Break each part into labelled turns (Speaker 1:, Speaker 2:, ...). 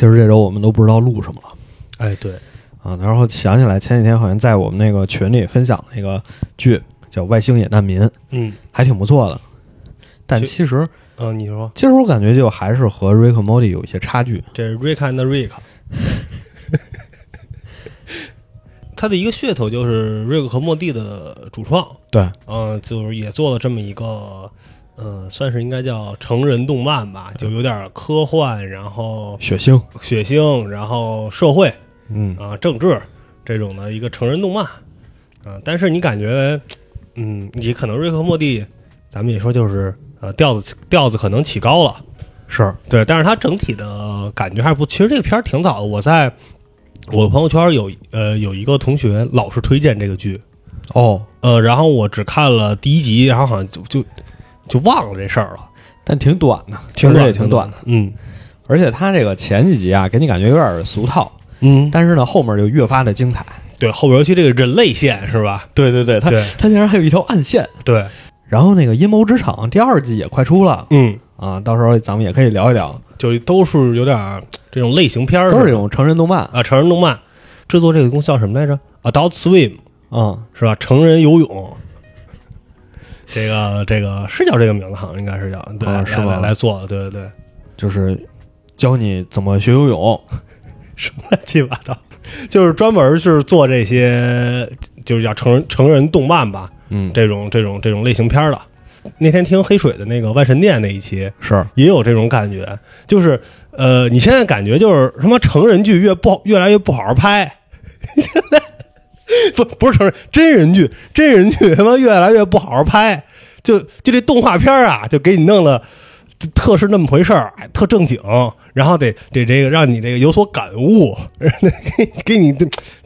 Speaker 1: 其实这周我们都不知道录什么了
Speaker 2: 哎，对，
Speaker 1: 啊。然后想起来前几天好像在我们那个群里分享了一个剧，叫《外星野难民》，
Speaker 2: 嗯，
Speaker 1: 还挺不错的。但
Speaker 2: 其
Speaker 1: 其实，
Speaker 2: 嗯、你说
Speaker 1: 其实我感觉就还是和《Rick and Morty》有一些差距。
Speaker 2: 这是 Rick and Rick，他的一个噱头就是瑞克和莫蒂的主创，
Speaker 1: 对，
Speaker 2: 嗯、就是也做了这么一个，呃，算是应该叫成人动漫吧，就有点科幻，然后
Speaker 1: 血腥，
Speaker 2: 血腥，然后社会
Speaker 1: 嗯，
Speaker 2: 啊、政治这种的一个成人动漫，啊、但是你感觉，嗯，也可能瑞克和莫蒂，咱们也说就是，呃，调子调子可能起高了。
Speaker 1: 是，
Speaker 2: 对，但是它整体的感觉还是不。其实这个片儿挺早的，我在我的朋友圈有呃有一个同学老是推荐这个剧，
Speaker 1: 哦，
Speaker 2: 呃，然后我只看了第一集，然后好像就就就忘了这事儿了，
Speaker 1: 但挺短的，
Speaker 2: 挺
Speaker 1: 听着
Speaker 2: 短
Speaker 1: 也挺短的。
Speaker 2: 的，嗯
Speaker 1: 而且它这个前几集啊，给你感觉有点俗套，
Speaker 2: 嗯，
Speaker 1: 但是呢，后面就越发的精彩。
Speaker 2: 对，后边尤其这个人类线是吧？
Speaker 1: 对对对，它
Speaker 2: 对
Speaker 1: 它竟然还有一条暗线。
Speaker 2: 对，
Speaker 1: 然后那个《阴谋职场》第二季也快出了
Speaker 2: 嗯，
Speaker 1: 啊，到时候咱们也可以聊一聊，
Speaker 2: 就都是有点儿这种类型片儿，
Speaker 1: 都是这
Speaker 2: 吧
Speaker 1: 种成人动漫。
Speaker 2: 啊，成人动漫制作这个公司叫什么来着？Adult Swim
Speaker 1: 嗯，
Speaker 2: 是吧？成人游泳，这个这个是叫这个名字，好像应该是叫对，
Speaker 1: 啊
Speaker 2: 来
Speaker 1: 是
Speaker 2: 来
Speaker 1: 吗
Speaker 2: 来做的，对对对，
Speaker 1: 就是教你怎么学游泳。
Speaker 2: 什么 乱七八糟，就是专门是做这些，就是叫成人成人动漫吧，
Speaker 1: 嗯，
Speaker 2: 这种这种这种类型片儿的。那天听黑水的那个万神殿那一期，
Speaker 1: 是
Speaker 2: 也有这种感觉，就是呃，你现在感觉就是他妈成人剧越不好越来越不好好拍， 现在不不是成人真人剧，真人剧他妈越来越不好好拍，就就这动画片儿啊，就给你弄了。就特是那么回事儿，哎特正经，然后得得这个让你这个有所感悟， 给给你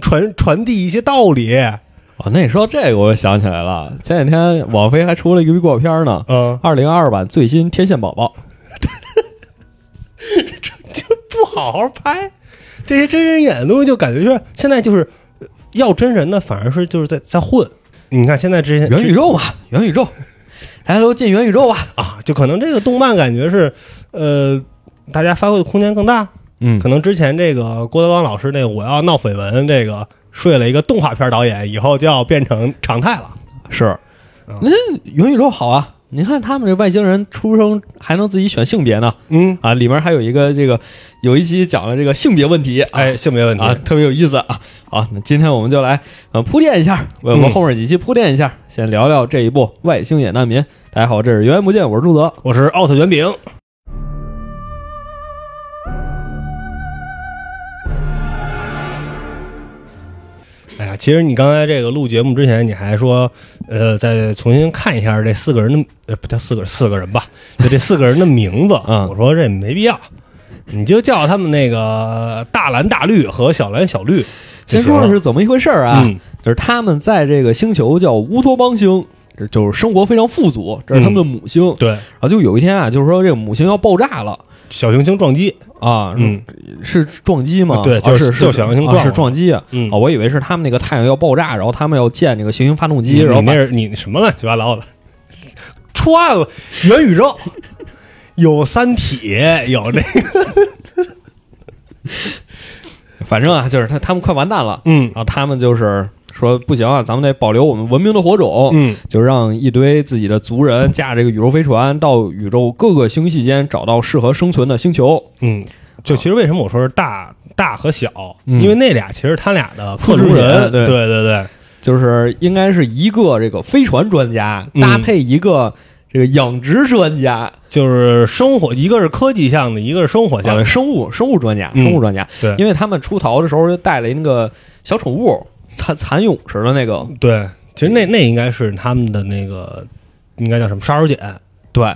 Speaker 2: 传传递一些道理，
Speaker 1: 哦，那你说这个我又想起来了，前几天网飞还出了一个预告片呢，
Speaker 2: 嗯，
Speaker 1: 二零二版最新《天线宝宝》。
Speaker 2: 不好好拍，这些真人演的东西就感觉就是现在就是呃要真人的，反而是就是在在混。你看现在之前
Speaker 1: 元宇宙嘛，元宇宙，大家都进元宇宙吧。
Speaker 2: 啊，就可能这个动漫感觉是呃，大家发挥的空间更大。
Speaker 1: 嗯
Speaker 2: 可能之前这个郭德纲老师那个我要闹绯闻这个睡了一个动画片导演，以后就要变成常态了。
Speaker 1: 是
Speaker 2: 嗯，
Speaker 1: 那元宇宙好啊！你看他们这外星人出生还能自己选性别呢
Speaker 2: 嗯，
Speaker 1: 啊！里面还有一个这个有一期讲了这个性别问题，啊、
Speaker 2: 哎，性别问题
Speaker 1: 啊，特别有意思啊！好，那今天我们就来呃铺垫一下，我
Speaker 2: 嗯
Speaker 1: 们后面几期铺垫一下，先聊聊这一部《外星野难民》。大家好，这是源源不见，我是朱泽。。
Speaker 2: 我是奥特卷饼。哎呀，其实你刚才这个录节目之前，你还说，呃，再重新看一下这四个人的，呃，不叫四个四个人吧，就这四个人的名字
Speaker 1: 嗯
Speaker 2: 我说这没必要，你就叫他们那个大蓝大绿和小蓝小绿就
Speaker 1: 先
Speaker 2: 行
Speaker 1: 说
Speaker 2: 了。
Speaker 1: 说是怎么一回事儿啊？
Speaker 2: 嗯
Speaker 1: 就是他们在这个星球叫乌托邦星，这就是生活非常富足，这是他们的母星。
Speaker 2: 嗯对，
Speaker 1: 然后就有一天啊，就是说这个母星要爆炸了
Speaker 2: 小行星撞击，
Speaker 1: 啊，
Speaker 2: 嗯
Speaker 1: 是撞击吗？
Speaker 2: 对就是
Speaker 1: 啊是
Speaker 2: 就是小行星撞
Speaker 1: 啊
Speaker 2: 了
Speaker 1: 是撞击啊！
Speaker 2: 嗯，
Speaker 1: 哦我以为是他们那个太阳要爆炸，然后他们要建这个行星发动
Speaker 2: 你
Speaker 1: 机，
Speaker 2: 嗯你
Speaker 1: 然后
Speaker 2: 那
Speaker 1: 把
Speaker 2: 是你什么乱七八糟的，出案了，元宇宙 有《三体》，有这个，
Speaker 1: 反正啊，就是他他们快完蛋了，
Speaker 2: 嗯
Speaker 1: 然后他们就是说不行啊，咱们得保留我们文明的火种，
Speaker 2: 嗯，
Speaker 1: 就让一堆自己的族人驾这个宇宙飞船到宇宙各个星系间找到适合生存的星球，
Speaker 2: 嗯，就其实为什么我说是大大和小，
Speaker 1: 嗯
Speaker 2: 因为那俩其实他俩的
Speaker 1: 复
Speaker 2: 克
Speaker 1: 制
Speaker 2: 隆人，
Speaker 1: 人对
Speaker 2: 对对对，
Speaker 1: 就是应该是一个这个飞船专家
Speaker 2: 嗯
Speaker 1: 搭配一个这个养殖专家，
Speaker 2: 就是生活，一个是科技向的，一个是生活向
Speaker 1: 呃，
Speaker 2: 的，
Speaker 1: 生物生物专家，
Speaker 2: 嗯
Speaker 1: 生物专家，
Speaker 2: 对
Speaker 1: 因为他们出逃的时候就带了那个小宠物蚕蚕蛹似的那个，
Speaker 2: 对，其实那那应该是他们的那个应该叫什么杀手锏，
Speaker 1: 对。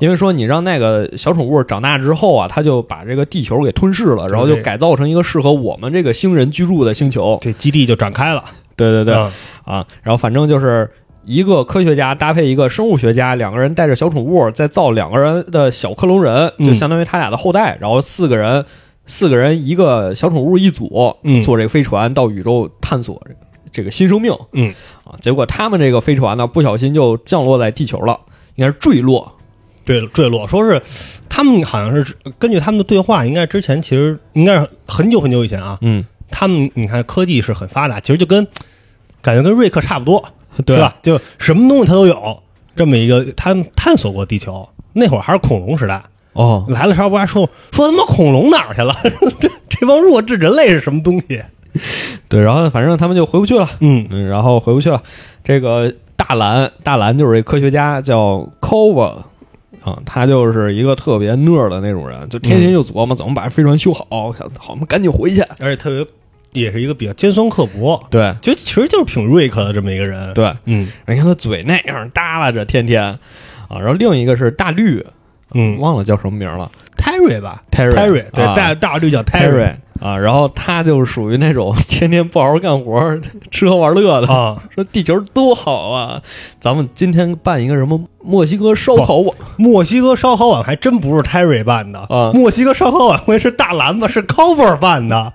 Speaker 1: 因为说你让那个小宠物长大之后啊，它就把这个地球给吞噬了，然后就改造成一个适合我们这个星人居住的星球。
Speaker 2: 这基地就展开了，
Speaker 1: 对对对，
Speaker 2: 嗯
Speaker 1: 啊，然后反正就是一个科学家搭配一个生物学家，两个人带着小宠物再造两个人的小克隆人，
Speaker 2: 嗯
Speaker 1: 就相当于他俩的后代。然后四个人，四个人一个小宠物一组，
Speaker 2: 嗯
Speaker 1: 坐这个飞船到宇宙探索这个这个新生命。
Speaker 2: 嗯
Speaker 1: 啊，结果他们这个飞船呢，不小心就降落在地球了，应该是坠落。
Speaker 2: 坠坠落，说是他们好像是根据他们的对话，应该之前其实应该是很久很久以前啊，
Speaker 1: 嗯，
Speaker 2: 他们你看科技是很发达，其实就跟感觉跟瑞克差不多，
Speaker 1: 对
Speaker 2: 是吧？就什么东西它都有，这么一个他们探索过地球，那会儿还是恐龙时代，
Speaker 1: 哦，
Speaker 2: 来了时候不还说说他妈恐龙哪儿去了？ 这这帮弱智人类是什么东西？
Speaker 1: 对，然后反正他们就回不去了，
Speaker 2: 嗯
Speaker 1: 嗯，然后回不去了。这个大蓝，大蓝就是一科学家，叫 Kova。啊、他就是一个特别讷儿的那种人，就天天就琢磨怎么把飞船修好，想好我们赶紧回去。
Speaker 2: 而且特别也是一个比较尖酸刻薄，
Speaker 1: 对
Speaker 2: 就其实就是挺瑞克的这么一个人。，
Speaker 1: 对，
Speaker 2: 嗯
Speaker 1: 你看他嘴那样耷拉着，天天啊。然后另一个是大绿，
Speaker 2: 嗯
Speaker 1: 忘了叫什么名儿了
Speaker 2: ，Terry 吧
Speaker 1: Terry，
Speaker 2: ，Terry 对，
Speaker 1: 啊
Speaker 2: 大大绿叫 Terry
Speaker 1: ，Terry 啊。然后他就是属于那种天天不好好干活 儿，吃喝玩乐的。
Speaker 2: 啊，
Speaker 1: 说地球多好啊！咱们今天办一个什么墨西哥烧烤网？
Speaker 2: 墨西哥烧烤晚还真不是 Terry 办的
Speaker 1: 啊
Speaker 2: 墨西哥烧烤晚会是大篮子是 Cover 办的。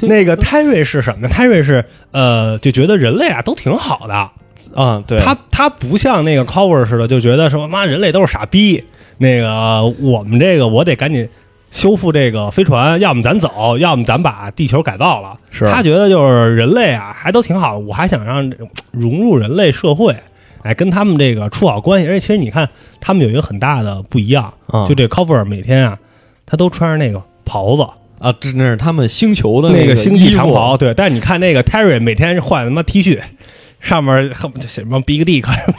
Speaker 2: 那个 Terry 是什么呢？Terry 是呃，就觉得人类啊都挺好的，
Speaker 1: 啊，对，
Speaker 2: 他他不像那个 Cover 似的，就觉得说妈人类都是傻逼，那个我们这个我得赶紧修复这个飞船，要么咱走，要么咱把地球改造了。
Speaker 1: 是
Speaker 2: 他觉得就是人类啊还都挺好，我还想让融入人类社会，哎，跟他们这个处好关系。而且其实你看，他们有一个很大的不一样，
Speaker 1: 啊
Speaker 2: 就这 Cover 每天啊，他都穿着那个袍子。
Speaker 1: 啊，这那是他们星球的
Speaker 2: 那
Speaker 1: 个
Speaker 2: 个星际
Speaker 1: 衣服
Speaker 2: 长袍，对。但是你看那个 Terry 每天换他妈 T 恤，上面恨不得写什么 Big Dick，什么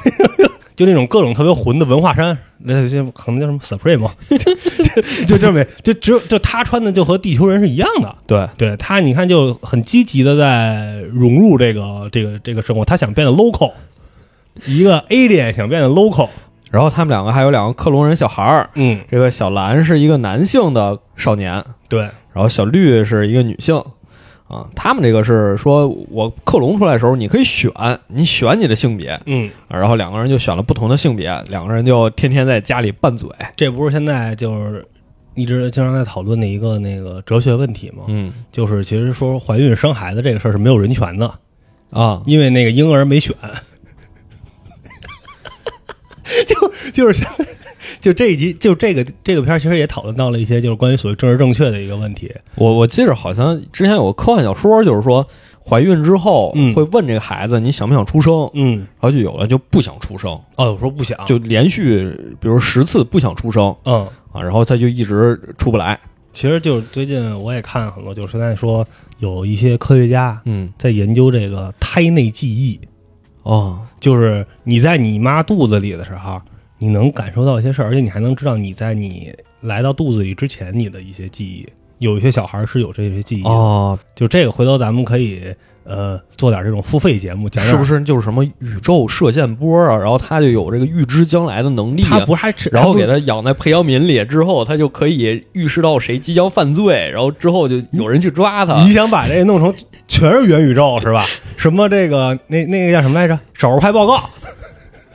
Speaker 2: 就那种各种特别混的文化衫，那就可能叫什么 Supreme，就就 这么就只有就他穿的就和地球人是一样的。
Speaker 1: 对，
Speaker 2: 对他，你看就很积极的在融入这个这个这个生活，他想变得 local，一个 alien 想变得 local，
Speaker 1: 然后他们两个还有两个克隆人小孩儿，
Speaker 2: 嗯，
Speaker 1: 这个小蓝是一个男性的少年，
Speaker 2: 对，
Speaker 1: 然后小绿是一个女性。啊，他们这个是说，我克隆出来的时候，你可以选，你选你的性别，啊
Speaker 2: 嗯，
Speaker 1: 然后两个人就选了不同的性别，两个人就天天在家里拌嘴，
Speaker 2: 这不是现在就是一直经常在讨论的一个那个哲学问题吗？
Speaker 1: 嗯
Speaker 2: 就是其实说怀孕生孩子这个事儿是没有人权的，
Speaker 1: 啊，
Speaker 2: 因为那个婴儿没选。 就就是 像就这一集就这个这个片儿，其实也讨论到了一些就是关于所谓政治正确的一个问题。
Speaker 1: 我我记着好像之前有个科幻小说，就是说怀孕之后
Speaker 2: 嗯
Speaker 1: 会问这个孩子你想不想出生，
Speaker 2: 嗯，
Speaker 1: 然后就有了就不想出生，
Speaker 2: 哦，我说不想，
Speaker 1: 就连续比如十次不想出生
Speaker 2: 嗯，
Speaker 1: 啊，然后他就一直出不来。
Speaker 2: 其实就是最近我也看很多，就是现在说有一些科学家
Speaker 1: 嗯，
Speaker 2: 在研究这个胎内记忆，
Speaker 1: 哦，
Speaker 2: 就是你在你妈肚子里的时候，你能感受到一些事儿，而且你还能知道你在你来到肚子里之前你的一些记忆。有一些小孩是有这些记忆的，
Speaker 1: 哦，
Speaker 2: 就这个回头咱们可以呃做点这种付费节目，讲讲
Speaker 1: 是不？是就是什么宇宙射线波啊？然后他就有这个预知将来的能力啊、
Speaker 2: 他不还是
Speaker 1: 然后
Speaker 2: 不
Speaker 1: 给他养在培养皿里之后，他就可以预示到谁即将犯罪，然后之后就有人去抓他。
Speaker 2: 你想把这弄成全是元宇宙是吧？什么这个那那个叫什么来着？少数派报告，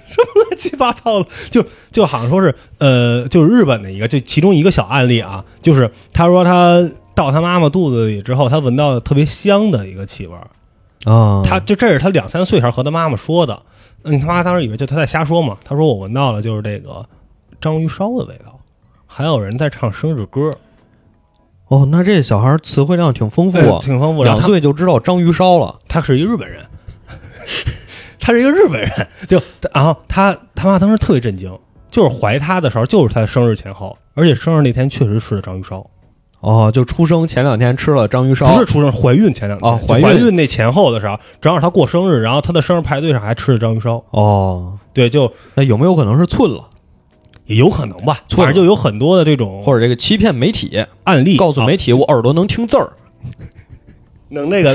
Speaker 2: 什么乱七八糟的，就就好像说是呃，就是日本的一个，就其中一个小案例啊，就是他说他到他妈妈肚子里之后，他闻到特别香的一个气味儿，
Speaker 1: 啊
Speaker 2: 他就这是他两三岁时候和他妈妈说的，嗯，他妈当时以为就他在瞎说嘛，他说我闻到了就是这个章鱼烧的味道，还有人在唱生日歌，
Speaker 1: 哦，那这小孩词汇量挺丰富
Speaker 2: 哎
Speaker 1: 啊。
Speaker 2: 挺丰富的，然
Speaker 1: 两
Speaker 2: 后他
Speaker 1: 岁就知道章鱼烧了。
Speaker 2: 他是一个日本人， 他是一个日本人，就然后他他妈当时特别震惊，就是怀他的时候就是他生日前后，而且生日那天确实吃了章鱼烧，
Speaker 1: 哦，就出生前两天吃了章鱼烧，
Speaker 2: 不是出生怀孕前两天
Speaker 1: 啊
Speaker 2: 就
Speaker 1: 怀孕
Speaker 2: 怀孕那前后的时候，正好他过生日，然后他的生日派对上还吃了章鱼烧，
Speaker 1: 哦，
Speaker 2: 对，就
Speaker 1: 那有没有可能是寸了，
Speaker 2: 也有可能吧，
Speaker 1: 错
Speaker 2: 反
Speaker 1: 了
Speaker 2: 正就有很多的这种
Speaker 1: 或者这个欺骗媒体，
Speaker 2: 案例，
Speaker 1: 告诉媒体我耳朵能听字儿？
Speaker 2: 啊能那个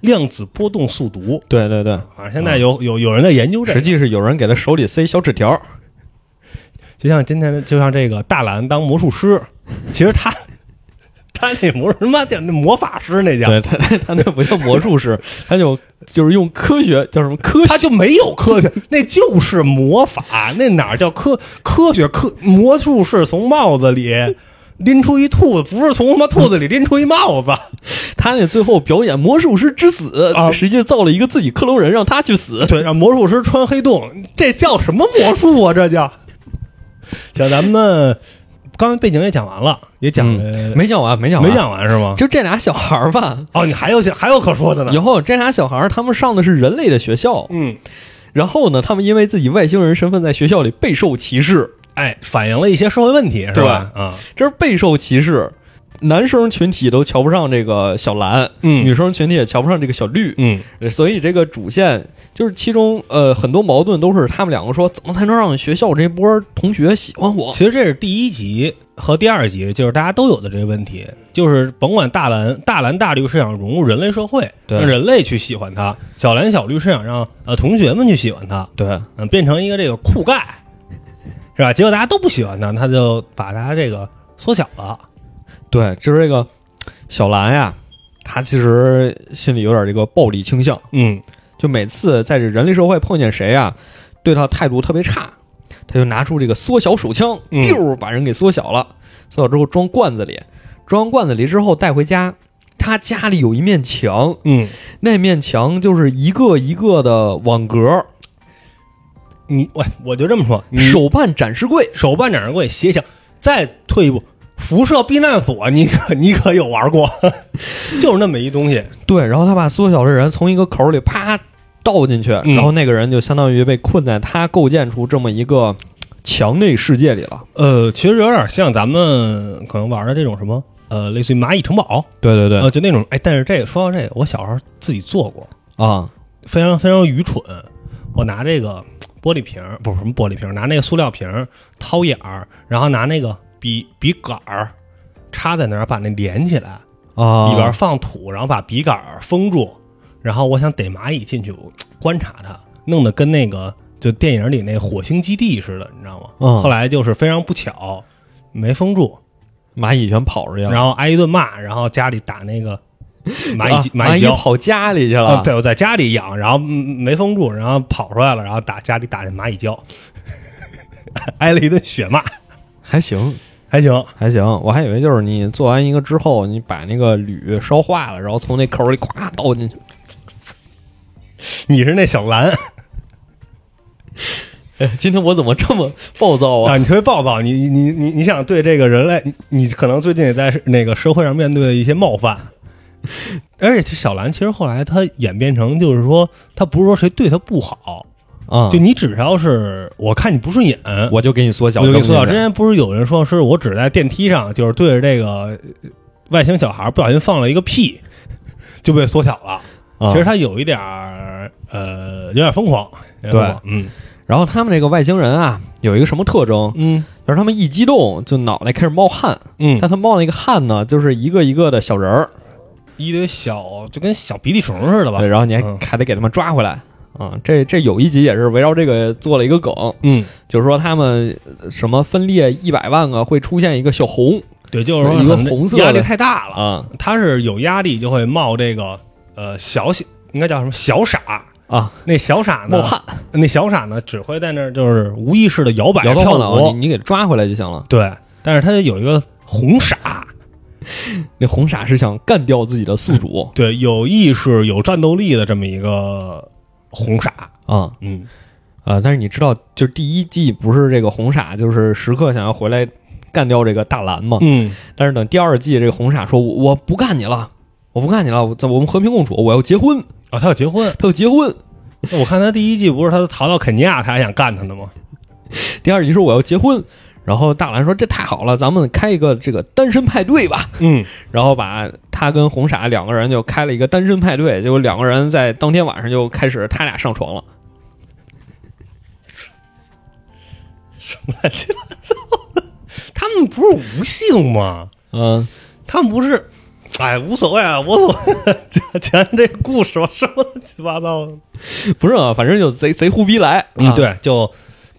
Speaker 2: 量子波动速读，
Speaker 1: 对对对，
Speaker 2: 反正现在
Speaker 1: 啊
Speaker 2: 有有有人在研究这个
Speaker 1: 实，际是有人给他手里塞小纸条。
Speaker 2: 就像今天的，就像这个大懒当魔术师，其实他他那魔什么叫那魔法师那叫，
Speaker 1: 对他他他那不叫魔术师，他就就是用科学叫什么科学
Speaker 2: 他就没有科学，那就是魔法，那哪叫科科学科魔术是从帽子里拎出一兔子，不是从他妈兔子里拎出一帽子，
Speaker 1: 嗯他那最后表演魔术师之死，
Speaker 2: 啊嗯
Speaker 1: 实际造了一个自己克隆人让他去死。
Speaker 2: 对，让魔术师穿黑洞，这叫什么魔术啊？这叫。行，咱们刚才背景也讲完了，也讲了，
Speaker 1: 嗯没讲完，没讲完，
Speaker 2: 没讲完是吗？
Speaker 1: 就这俩小孩儿吧，
Speaker 2: 哦，你还有还有可说的呢
Speaker 1: 以。后这俩小孩儿他们上的是人类的学校，
Speaker 2: 嗯，
Speaker 1: 然后呢，他们因为自己外星人身份在学校里备受歧视，
Speaker 2: 哎，反映了一些社会问题，是吧？啊，
Speaker 1: 这是备受歧视。男生群体都瞧不上这个小蓝，
Speaker 2: 嗯
Speaker 1: 女生群体也瞧不上这个小绿，
Speaker 2: 嗯
Speaker 1: 所以这个主线就是其中呃很多矛盾都是他们两个说怎么才能让学校这波同学喜欢我？
Speaker 2: 其实这是第一集和第二集，就是大家都有的这个问题，就是甭管大蓝大蓝大绿是想融入人类社会，
Speaker 1: 对
Speaker 2: 让人类去喜欢他；小蓝小绿是想让呃同学们去喜欢他，
Speaker 1: 对，
Speaker 2: 嗯、变成一个这个酷盖，是吧？结果大家都不喜欢他，他就把他这个缩小了。
Speaker 1: 对，就是这个小兰呀，她其实心里有点这个暴力倾向，
Speaker 2: 嗯
Speaker 1: 就每次在这人类社会碰见谁啊，对她态度特别差，她就拿出这个缩小手枪，
Speaker 2: 嗯
Speaker 1: 咻、把人给缩小了，缩小之后装罐子里，装罐子里之后带回家。她家里有一面墙，
Speaker 2: 嗯，
Speaker 1: 那面墙就是一个一个的网格，
Speaker 2: 你喂，我就这么说，你
Speaker 1: 手办展示柜。
Speaker 2: 手办展示柜，斜想再退一步，辐射避难所，你可你可有玩过？ 就是那么一东西，
Speaker 1: 对，然后他把缩小的人从一个口里啪倒进去，
Speaker 2: 嗯
Speaker 1: 然后那个人就相当于被困在他构建出这么一个墙内世界里了。
Speaker 2: 呃，其实有点像咱们可能玩的这种什么，呃，类似于蚂蚁城堡，
Speaker 1: 对对对
Speaker 2: 呃，就那种，哎，但是这个说到这个，我小时候自己做过，
Speaker 1: 啊，
Speaker 2: 非常非常愚蠢，我拿这个玻璃瓶儿，不是什么玻璃瓶儿，拿那个塑料瓶儿掏眼儿，然后拿那个笔笔杆儿插在那儿，把那连起来，
Speaker 1: 啊
Speaker 2: 里边放土，然后把笔杆儿封住，然后我想逮蚂蚁进去我观察它，弄得跟那个就电影里那火星基地似的，你知道吗？
Speaker 1: 嗯
Speaker 2: 后来就是非常不巧，没封住，
Speaker 1: 蚂蚁全跑出去了，
Speaker 2: 然后挨一顿骂，然后家里打那个蚂蚁
Speaker 1: 啊
Speaker 2: 鸡、
Speaker 1: 蚂
Speaker 2: 蚁胶。
Speaker 1: 跑家里去了。
Speaker 2: 啊，对，我在家里养，然后嗯没封住，然后跑出来了，然后打家里打那蚂蚁胶， 挨了一顿血骂，
Speaker 1: 还行
Speaker 2: 还行。
Speaker 1: 还行，我还以为就是你做完一个之后，你把那个铝烧化了，然后从那口里咵倒进去。
Speaker 2: 你是那小蓝
Speaker 1: 哎今天我怎么这么暴躁啊？
Speaker 2: 啊，你特别暴躁，你你你你你想对这个人类，你你可能最近也在那个社会上面对的一些冒犯。而且这小兰其实后来她演变成，就是说，她不是说谁对她不好，
Speaker 1: 啊，
Speaker 2: 就你只要是我看你不顺眼，
Speaker 1: 我就给你缩小，
Speaker 2: 我就跟你说，之
Speaker 1: 扔进去
Speaker 2: 前不是有人说是我只在电梯上，就是对着这个呃外星小孩不小心放了一个屁，就被缩小了。
Speaker 1: 啊
Speaker 2: 其实他有一点儿呃，有点疯狂。有点疯狂，嗯
Speaker 1: 然后他们这个外星人啊，有一个什么特征？
Speaker 2: 嗯
Speaker 1: 就是他们一激动就脑袋开始冒汗，
Speaker 2: 嗯，
Speaker 1: 但他冒那个汗呢，就是一个一个的小人儿，
Speaker 2: 一堆小就跟小鼻涕虫似的吧
Speaker 1: 对，。然后你还
Speaker 2: 嗯
Speaker 1: 还得给他们抓回来。啊，这这有一集也是围绕这个做了一个梗，
Speaker 2: 嗯，
Speaker 1: 就是说他们呃什么分裂一百万个会出现一个小红
Speaker 2: 对，就是说
Speaker 1: 一个
Speaker 2: 可能
Speaker 1: 红色的
Speaker 2: 压力太大了，
Speaker 1: 啊
Speaker 2: 他是有压力就会冒这个呃小小应该叫什么小傻。
Speaker 1: 啊
Speaker 2: 那小傻呢？
Speaker 1: 冒汗，
Speaker 2: 那小傻呢？只会在那儿就是无意识的摇摆
Speaker 1: 摇头
Speaker 2: 跳
Speaker 1: 晃脑，
Speaker 2: 舞
Speaker 1: 你，你给抓回来就行了。
Speaker 2: 对，但是他有一个红傻，
Speaker 1: 那红傻是想干掉自己的宿主
Speaker 2: 对，有意识、有战斗力的这么一个红傻。
Speaker 1: 啊
Speaker 2: 嗯，
Speaker 1: 啊！但是你知道，就是第一季不是这个红傻就是时刻想要回来干掉这个大蓝吗？
Speaker 2: 嗯，
Speaker 1: 但是等第二季这个红傻说我我不干你了，我不干你了，我我们和平共处，我要结婚，
Speaker 2: 啊，他要结婚，
Speaker 1: 他要结婚。
Speaker 2: 我看他第一季不是他逃到肯尼亚，他还想干他呢吗？
Speaker 1: 第二季说我要结婚，然后大兰说这太好了，咱们开一个这个单身派对吧。
Speaker 2: 嗯，
Speaker 1: 然后把他跟红傻两个人就开了一个单身派对，结果两个人在当天晚上就开始他俩上床了。
Speaker 2: 乱七八糟的，他们不是无性吗？
Speaker 1: 嗯，
Speaker 2: 他们不是，哎，无所谓啊， 无所谓。讲讲这个故事吧，什么乱七八糟的。
Speaker 1: 不是啊，反正就贼贼胡逼来。
Speaker 2: 嗯，
Speaker 1: 啊，
Speaker 2: 对，就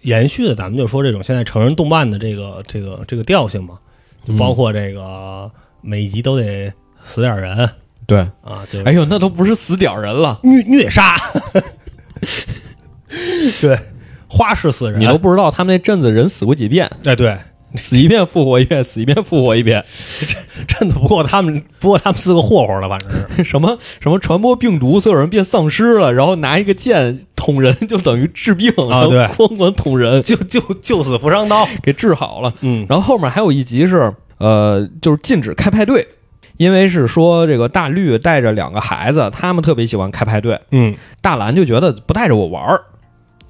Speaker 2: 延续的，咱们就说这种现在成人动漫的这个这个这个调性嘛，就包括这个每一集都得死点人
Speaker 1: 对，
Speaker 2: 啊，就
Speaker 1: 哎呦，那都不是死点儿人了，
Speaker 2: 虐虐 杀，对，花式死人，
Speaker 1: 你
Speaker 2: 哎
Speaker 1: 都不知道他们那阵子人死过几遍。
Speaker 2: 哎对，
Speaker 1: 死一遍复活一遍，死一遍复活一遍，
Speaker 2: 真的不过他们，不过他们四个霍霍了，反 正是。
Speaker 1: 什么什么传播病毒，所有人变丧尸了，然后拿一个剑捅人，就等于治病了，
Speaker 2: 啊对
Speaker 1: 哐哐捅人
Speaker 2: 就就就死扶伤刀。
Speaker 1: 给治好了。
Speaker 2: 嗯
Speaker 1: 然后后面还有一集是，呃，就是禁止开派对，因为是说这个大绿带着两个孩子，他们特别喜欢开派对，
Speaker 2: 嗯
Speaker 1: 大蓝就觉得不带着我玩儿。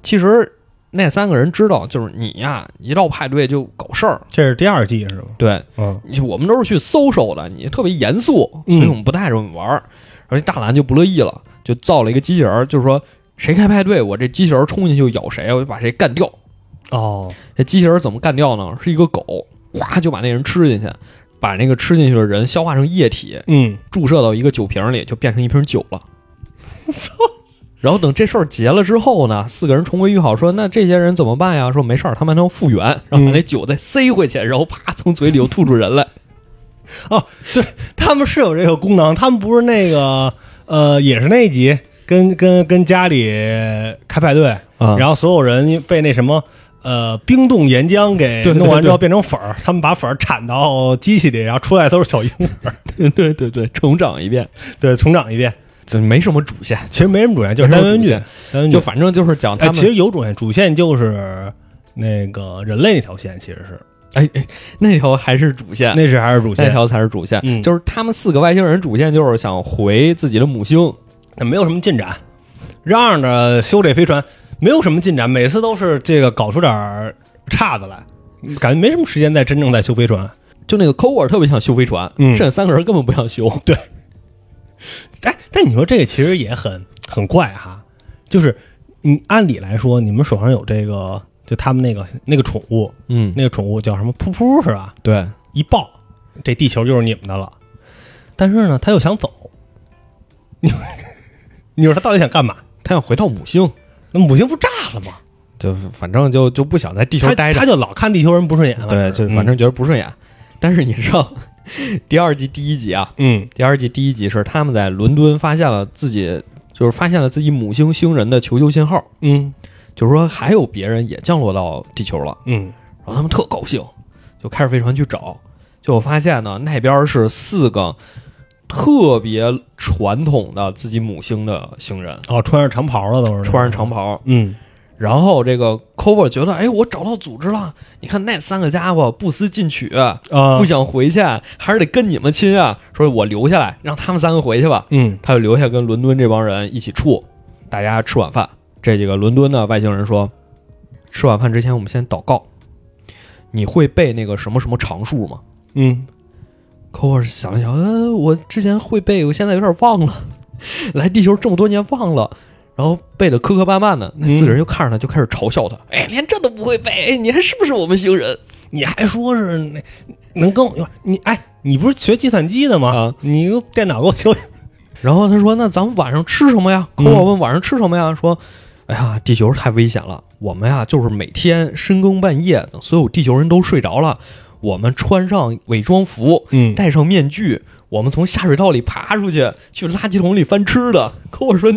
Speaker 1: 其实那三个人知道，就是你呀、一到派对就搞事儿，
Speaker 2: 这是第二季是吗？
Speaker 1: 对，
Speaker 2: 嗯
Speaker 1: 你我们都是去搜手的，你特别严肃，所
Speaker 2: 嗯
Speaker 1: 以我们不带着我们玩儿。而且大蓝就不乐意了，就造了一个机器人儿，就是说谁开派对，我这机器人儿冲进去就咬谁，我就把谁干掉。
Speaker 2: 哦
Speaker 1: 这机器人怎么干掉呢？是一个狗，哗就把那人吃进去，把那个吃进去的人消化成液体，
Speaker 2: 嗯，
Speaker 1: 注射到一个酒瓶里，就变成一瓶酒 了。然后等这事儿结了之后呢，四个人重归于好，说那这些人怎么办呀？说没事儿，他们能复原，然后把那酒再塞回去，然后啪从嘴里又吐出人来。
Speaker 2: 他们是有这个功能，他们不是那个呃，也是那一集跟跟跟家里开派对，
Speaker 1: 啊
Speaker 2: 然后所有人被那什么。呃，冰冻岩浆给
Speaker 1: 对对
Speaker 2: 弄完之后
Speaker 1: 对
Speaker 2: 变成粉儿，他们把粉儿铲到机器里，然后出来都 是小婴，
Speaker 1: 对对对对，重长一遍，
Speaker 2: 对，成长一遍。
Speaker 1: 这没什么主线，
Speaker 2: 其实没什么主线，就是
Speaker 1: 没
Speaker 2: 单
Speaker 1: 什么
Speaker 2: 元
Speaker 1: 主
Speaker 2: 剧
Speaker 1: 线，
Speaker 2: 单元剧
Speaker 1: 就。反正就是讲他
Speaker 2: 哎，
Speaker 1: 们。
Speaker 2: 其实有主线，主线就是那个人类那条线，其实是
Speaker 1: 哎哎，那条还是主线，
Speaker 2: 那是还是主
Speaker 1: 哎那
Speaker 2: 线，
Speaker 1: 条才是主线，
Speaker 2: 嗯
Speaker 1: 就是他们四个外星人主线就是想回自己的母星，
Speaker 2: 那没有什么进展，嚷着修这飞船没有什么进展，每次都是这个搞出点儿岔子来，感觉没什么时间在真正在修飞船。
Speaker 1: 就那个科沃尔特别想修飞船，
Speaker 2: 嗯
Speaker 1: 剩下三个人根本不想修。
Speaker 2: 哎，但你说这个其实也很很怪哈，就是你按理来说，你们手上有这个，就他们那个那个宠物，
Speaker 1: 嗯，
Speaker 2: 那个宠物叫什么噗噗是吧？
Speaker 1: 对，
Speaker 2: 一抱，这地球就是你们的了。但是呢，他又想走，你你说他到底想干嘛？
Speaker 1: 他想回到母星，
Speaker 2: 那母星不炸了吗？
Speaker 1: 就反正就就不想在地球
Speaker 2: 他
Speaker 1: 待着
Speaker 2: 他，就老看地球人不顺眼了。
Speaker 1: 对，就反正嗯觉得不顺眼。但是你知道，第二季第一集啊，
Speaker 2: 嗯
Speaker 1: 第二季第一集是他们在伦敦发现了自己，就是发现了自己母星星人的求救信号，
Speaker 2: 嗯
Speaker 1: 就是说还有别人也降落到地球了。
Speaker 2: 嗯
Speaker 1: 然后他们特高兴，就开着飞船去找。就我发现呢，那边是四个特别传统的自己母星的星人，
Speaker 2: 哦，穿着长袍了都是
Speaker 1: 穿着长袍。
Speaker 2: 嗯
Speaker 1: 然后这个 Cover 觉得，哎，我找到组织了。你看那三个家伙不思进取，
Speaker 2: 啊
Speaker 1: 不想回去，还是得跟你们亲啊。说我留下来，让他们三个回去吧。
Speaker 2: 嗯
Speaker 1: 他就留下跟伦敦这帮人一起处，大家吃晚饭。这几个伦敦的外星人说，吃晚饭之前我们先祷告。你会背那个什么什么常数吗？
Speaker 2: 嗯
Speaker 1: 科沃尔想了想，呃，我之前会背，我现在有点忘了。 来地球这么多年忘了，然后背的磕磕绊绊的。那四个人就看着他，就开始嘲笑他。嗯哎，连这都不会背，哎，你还是不是我们星人？
Speaker 2: 你还说是那能跟我你哎，你不是学计算机的吗？
Speaker 1: 啊
Speaker 2: 你用电脑给我修。
Speaker 1: 然后他说：“那咱们晚上吃什么呀？”科
Speaker 2: 嗯
Speaker 1: 沃问：“晚上吃什么呀？”说：“哎呀，地球太危险了，我们呀就是每天深更半夜，等所有地球人都睡着了，我们穿上伪装服，
Speaker 2: 嗯
Speaker 1: 戴上面具，我们从下水道里爬出去，去垃圾桶里翻吃的。”科沃说：“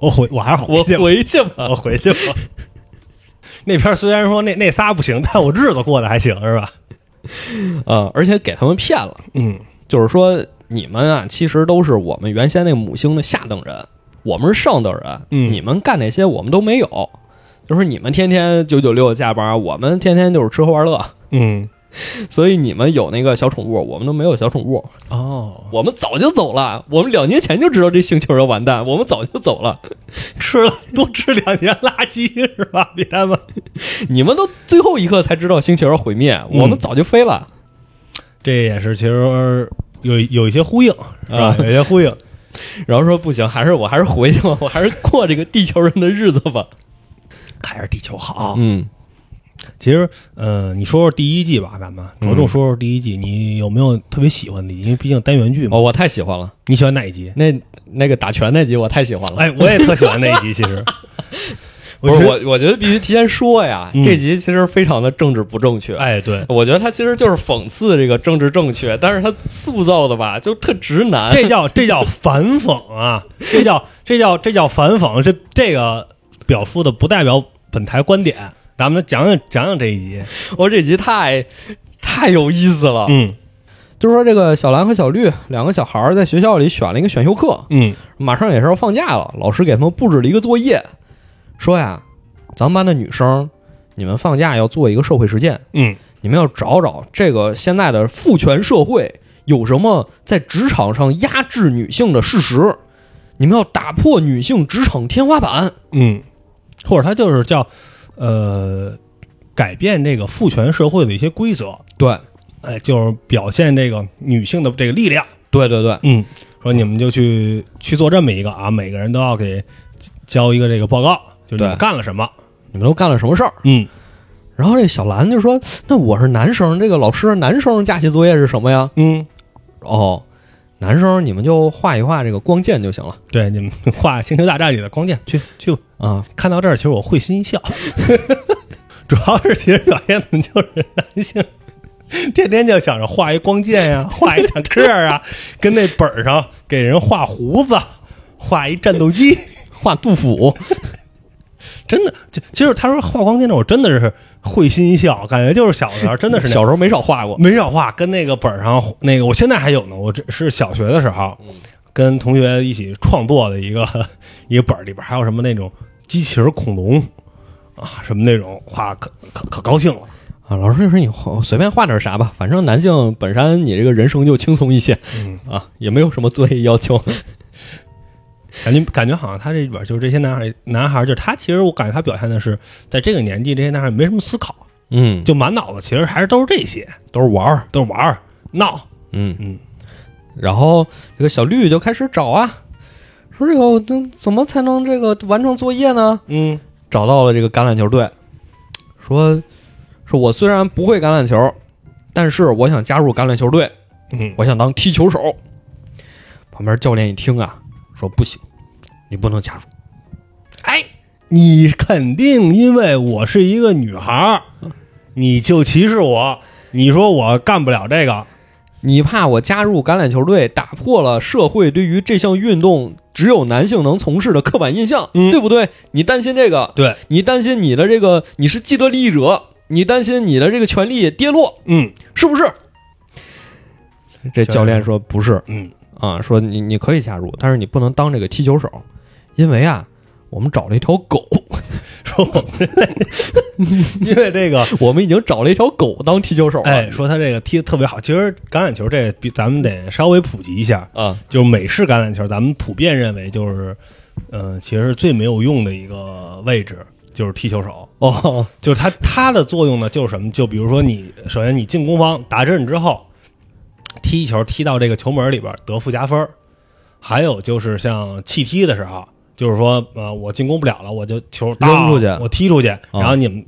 Speaker 2: 我回我还是回
Speaker 1: 我回
Speaker 2: 去吧，
Speaker 1: 去吧。
Speaker 2: 我回去吧。 那边虽然说那那仨不行，但我日子过得还行是吧？”
Speaker 1: 呃，而且给他们骗了，
Speaker 2: 嗯
Speaker 1: 就是说你们啊，其实都是我们原先那个母星的下等人，我们是上等人。
Speaker 2: 嗯
Speaker 1: 你们干那些我们都没有，就是你们天天九九六加班，我们天天就是吃喝玩乐。
Speaker 2: 嗯
Speaker 1: 所以你们有那个小宠物，我们都没有小宠物。
Speaker 2: 哦，
Speaker 1: 我们早就走了，我们两年前就知道这星球要完蛋，我们早就走了。
Speaker 2: 吃了多吃两年垃圾是吧？比他们
Speaker 1: 你们都最后一刻才知道星球要毁灭，我们早就飞了。
Speaker 2: 这也是其实有有一些呼应是吧？
Speaker 1: 啊
Speaker 2: 有一些呼 应。
Speaker 1: 然后说不行，还是我还是回去吧，我还是过这个地球人的日子吧。
Speaker 2: 还是地球好。
Speaker 1: 嗯，
Speaker 2: 其实，呃，你说说第一季吧，咱们
Speaker 1: 嗯
Speaker 2: 着重说说第一季，你有没有特别喜欢的？因为毕竟单元剧嘛，
Speaker 1: 哦，我太喜欢了。
Speaker 2: 你喜欢哪一集？
Speaker 1: 那那个打拳那集我太喜欢了。
Speaker 2: 哎，我也特喜欢那一集。其 实，
Speaker 1: 哦不
Speaker 2: 觉
Speaker 1: 是
Speaker 2: 得，
Speaker 1: 我，我觉得必须提前说呀，
Speaker 2: 嗯
Speaker 1: 这集其实非常的政治不正确。
Speaker 2: 哎，对，
Speaker 1: 我觉得他其实就是讽刺这个政治正确，但是他塑造的吧，就特直男。
Speaker 2: 这叫这叫反讽啊，这叫这叫这叫反讽，这这个表述的不代表本台观点。咱们讲讲讲讲这一集。
Speaker 1: 我这集太太有意思了。
Speaker 2: 嗯
Speaker 1: 就说这个小兰和小绿两个小孩儿在学校里选了一个选修课，
Speaker 2: 嗯
Speaker 1: 马上也是要放假了，老师给他们布置了一个作业，说呀，咱们班的女生，你们放假要做一个社会实践，
Speaker 2: 嗯
Speaker 1: 你们要找找这个现在的父权社会有什么在职场上压制女性的事实，你们要打破女性职场天花板。
Speaker 2: 嗯，或者它就是叫呃改变这个父权社会的一些规则，
Speaker 1: 对，
Speaker 2: 哎，就是表现这个女性的这个力量。
Speaker 1: 对对对，
Speaker 2: 嗯，说你们就去去做这么一个啊，每个人都要给交一个这个报告，就是你们
Speaker 1: 对
Speaker 2: 干了什么。
Speaker 1: 你们都干了什么事儿？
Speaker 2: 嗯
Speaker 1: 然后这小兰就说：“那我是男生，这个老师男生假期作业是什么呀？”
Speaker 2: 嗯，
Speaker 1: 哦，男生你们就画一画这个光剑就行了
Speaker 2: 对，你们 画《星球大战》里的光剑，去去吧。
Speaker 1: 啊。
Speaker 2: 看到这儿，其实我会心一笑， 主要是其实表现的就是男性。天天就想着画一光剑呀、画 一坦克啊，跟那本儿上给人画胡子，画一战斗机，
Speaker 1: 画杜 甫，
Speaker 2: 真的，就其实他说画光剑那，我真的是会心一笑，感觉就是小的时候真的是那
Speaker 1: 小时候没少画过。
Speaker 2: 没少画，跟那个本儿上那个，我现在还有呢。我这是小学的时候，
Speaker 1: 嗯
Speaker 2: 跟同学一起创作的一个 一个本儿，里边还有什么那种机器人恐龙啊，什么那种画，可可可高兴了。
Speaker 1: 啊，老师就说你画随便画点啥吧，反正男性本身你这个人生就轻松一些
Speaker 2: 嗯，
Speaker 1: 啊，也没有什么作业要求。
Speaker 2: 感觉感觉好像他这里边就是这些男孩男孩，就是他其实我感觉他表现的是在这个年纪，这些男孩没什么思考，
Speaker 1: 嗯，
Speaker 2: 就满脑子其实还是都是这些，
Speaker 1: 都是玩儿。
Speaker 2: 都是玩儿闹。
Speaker 1: 嗯
Speaker 2: 嗯，
Speaker 1: 然后这个小绿就开始找啊，说这个怎怎么才能这个完成作业呢？
Speaker 2: 嗯
Speaker 1: 找到了这个橄榄球队，说说我虽然不会橄榄球，但是我想加入橄榄球队。
Speaker 2: 嗯
Speaker 1: 我想当踢球手。旁边教练一听啊，说不行，你不能加入。
Speaker 2: 哎，你肯定因为我是一个女孩儿，你就歧视我。你说我干不了这个，
Speaker 1: 你怕我加入橄榄球队，打破了社会对于这项运动只有男性能从事的刻板印象，
Speaker 2: 嗯
Speaker 1: 对不对？你担心这个，
Speaker 2: 对，
Speaker 1: 你担心你的这个你是既得利益者，你担心你的这个权利跌落，
Speaker 2: 嗯
Speaker 1: 是不是？这教练说不是
Speaker 2: 嗯
Speaker 1: 啊，说你你可以加入，但是你不能当这个踢球手，因为啊，我们找了一条狗，
Speaker 2: 说我们因为这个，
Speaker 1: 我们已经找了一条狗当踢球手了。
Speaker 2: 哎，说他这个踢的特别好。其实橄榄球这比咱们得稍微普及一下，
Speaker 1: 啊，
Speaker 2: 就是美式橄榄球，咱们普遍认为就是，嗯、其实最没有用的一个位置就是踢球手。
Speaker 1: 哦，
Speaker 2: 就是它它的作用呢，就是什么？就比如说你，首先你进攻方打阵之后，踢一球踢到这个球门里边得附加分儿还有就是像弃踢的时候，就是说呃我进攻不了了，我就球
Speaker 1: 扔出去啊
Speaker 2: 当我踢出去，然后你们、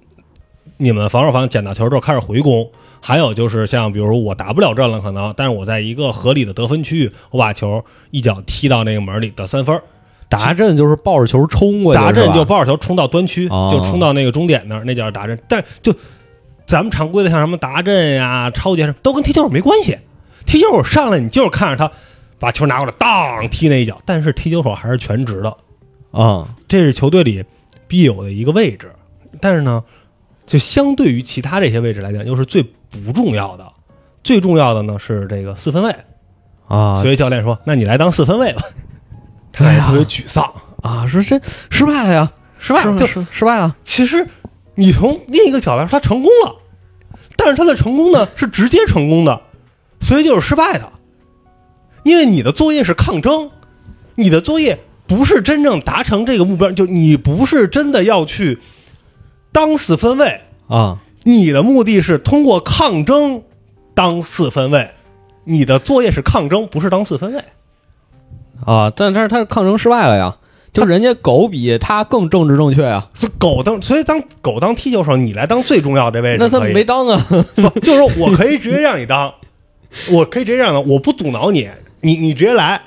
Speaker 2: 你们防守方捡到球之后开始回攻。还有就是像比如我打不了阵了，可能，但是我在一个合理的得分区域，我把球一脚踢到那个门里得三分儿
Speaker 1: 达阵就是抱着球冲过去，
Speaker 2: 达阵
Speaker 1: 是吧
Speaker 2: 就抱着球冲到端区，
Speaker 1: 哦
Speaker 2: 就冲到那个终点那儿，那叫达阵。但就咱们常规的像什么达阵呀、超级什么，都跟踢球手没关系。踢球手上来，你就是看着他把球拿过来，当踢那一脚。但是踢球手还是全职的，
Speaker 1: 啊，
Speaker 2: 这是球队里必有的一个位置。但是呢，就相对于其他这些位置来讲，又是最不重要的。最重要的呢是这个四分卫，
Speaker 1: 啊
Speaker 2: 所以教练说：“那你来当四分卫吧。” 他
Speaker 1: 对
Speaker 2: 也
Speaker 1: 呀
Speaker 2: 特别沮丧，
Speaker 1: 啊，说这失败了呀，
Speaker 2: 是吧？
Speaker 1: 是
Speaker 2: 就
Speaker 1: 失失败了，
Speaker 2: 其实你从另一个角度来说，他成功了，但是他的成功呢是直接成功的，所以就是失败的，因为你的作业是抗争，你的作业不是真正达成这个目标，就你不是真的要去当四分卫，
Speaker 1: 啊
Speaker 2: 你的目的是通过抗争当四分卫，你的作业是抗争，不是当四分卫。
Speaker 1: 啊，但但是他抗争失败了呀，就人家狗比他更政治正确呀，
Speaker 2: 所以狗当，所以当狗当踢球手，你来当最重要的位置可
Speaker 1: 那
Speaker 2: 以，
Speaker 1: 他没当 啊，
Speaker 2: 不，就是说我可以直接让你当，我可以直接让你当，我不阻挠你，你你直接来，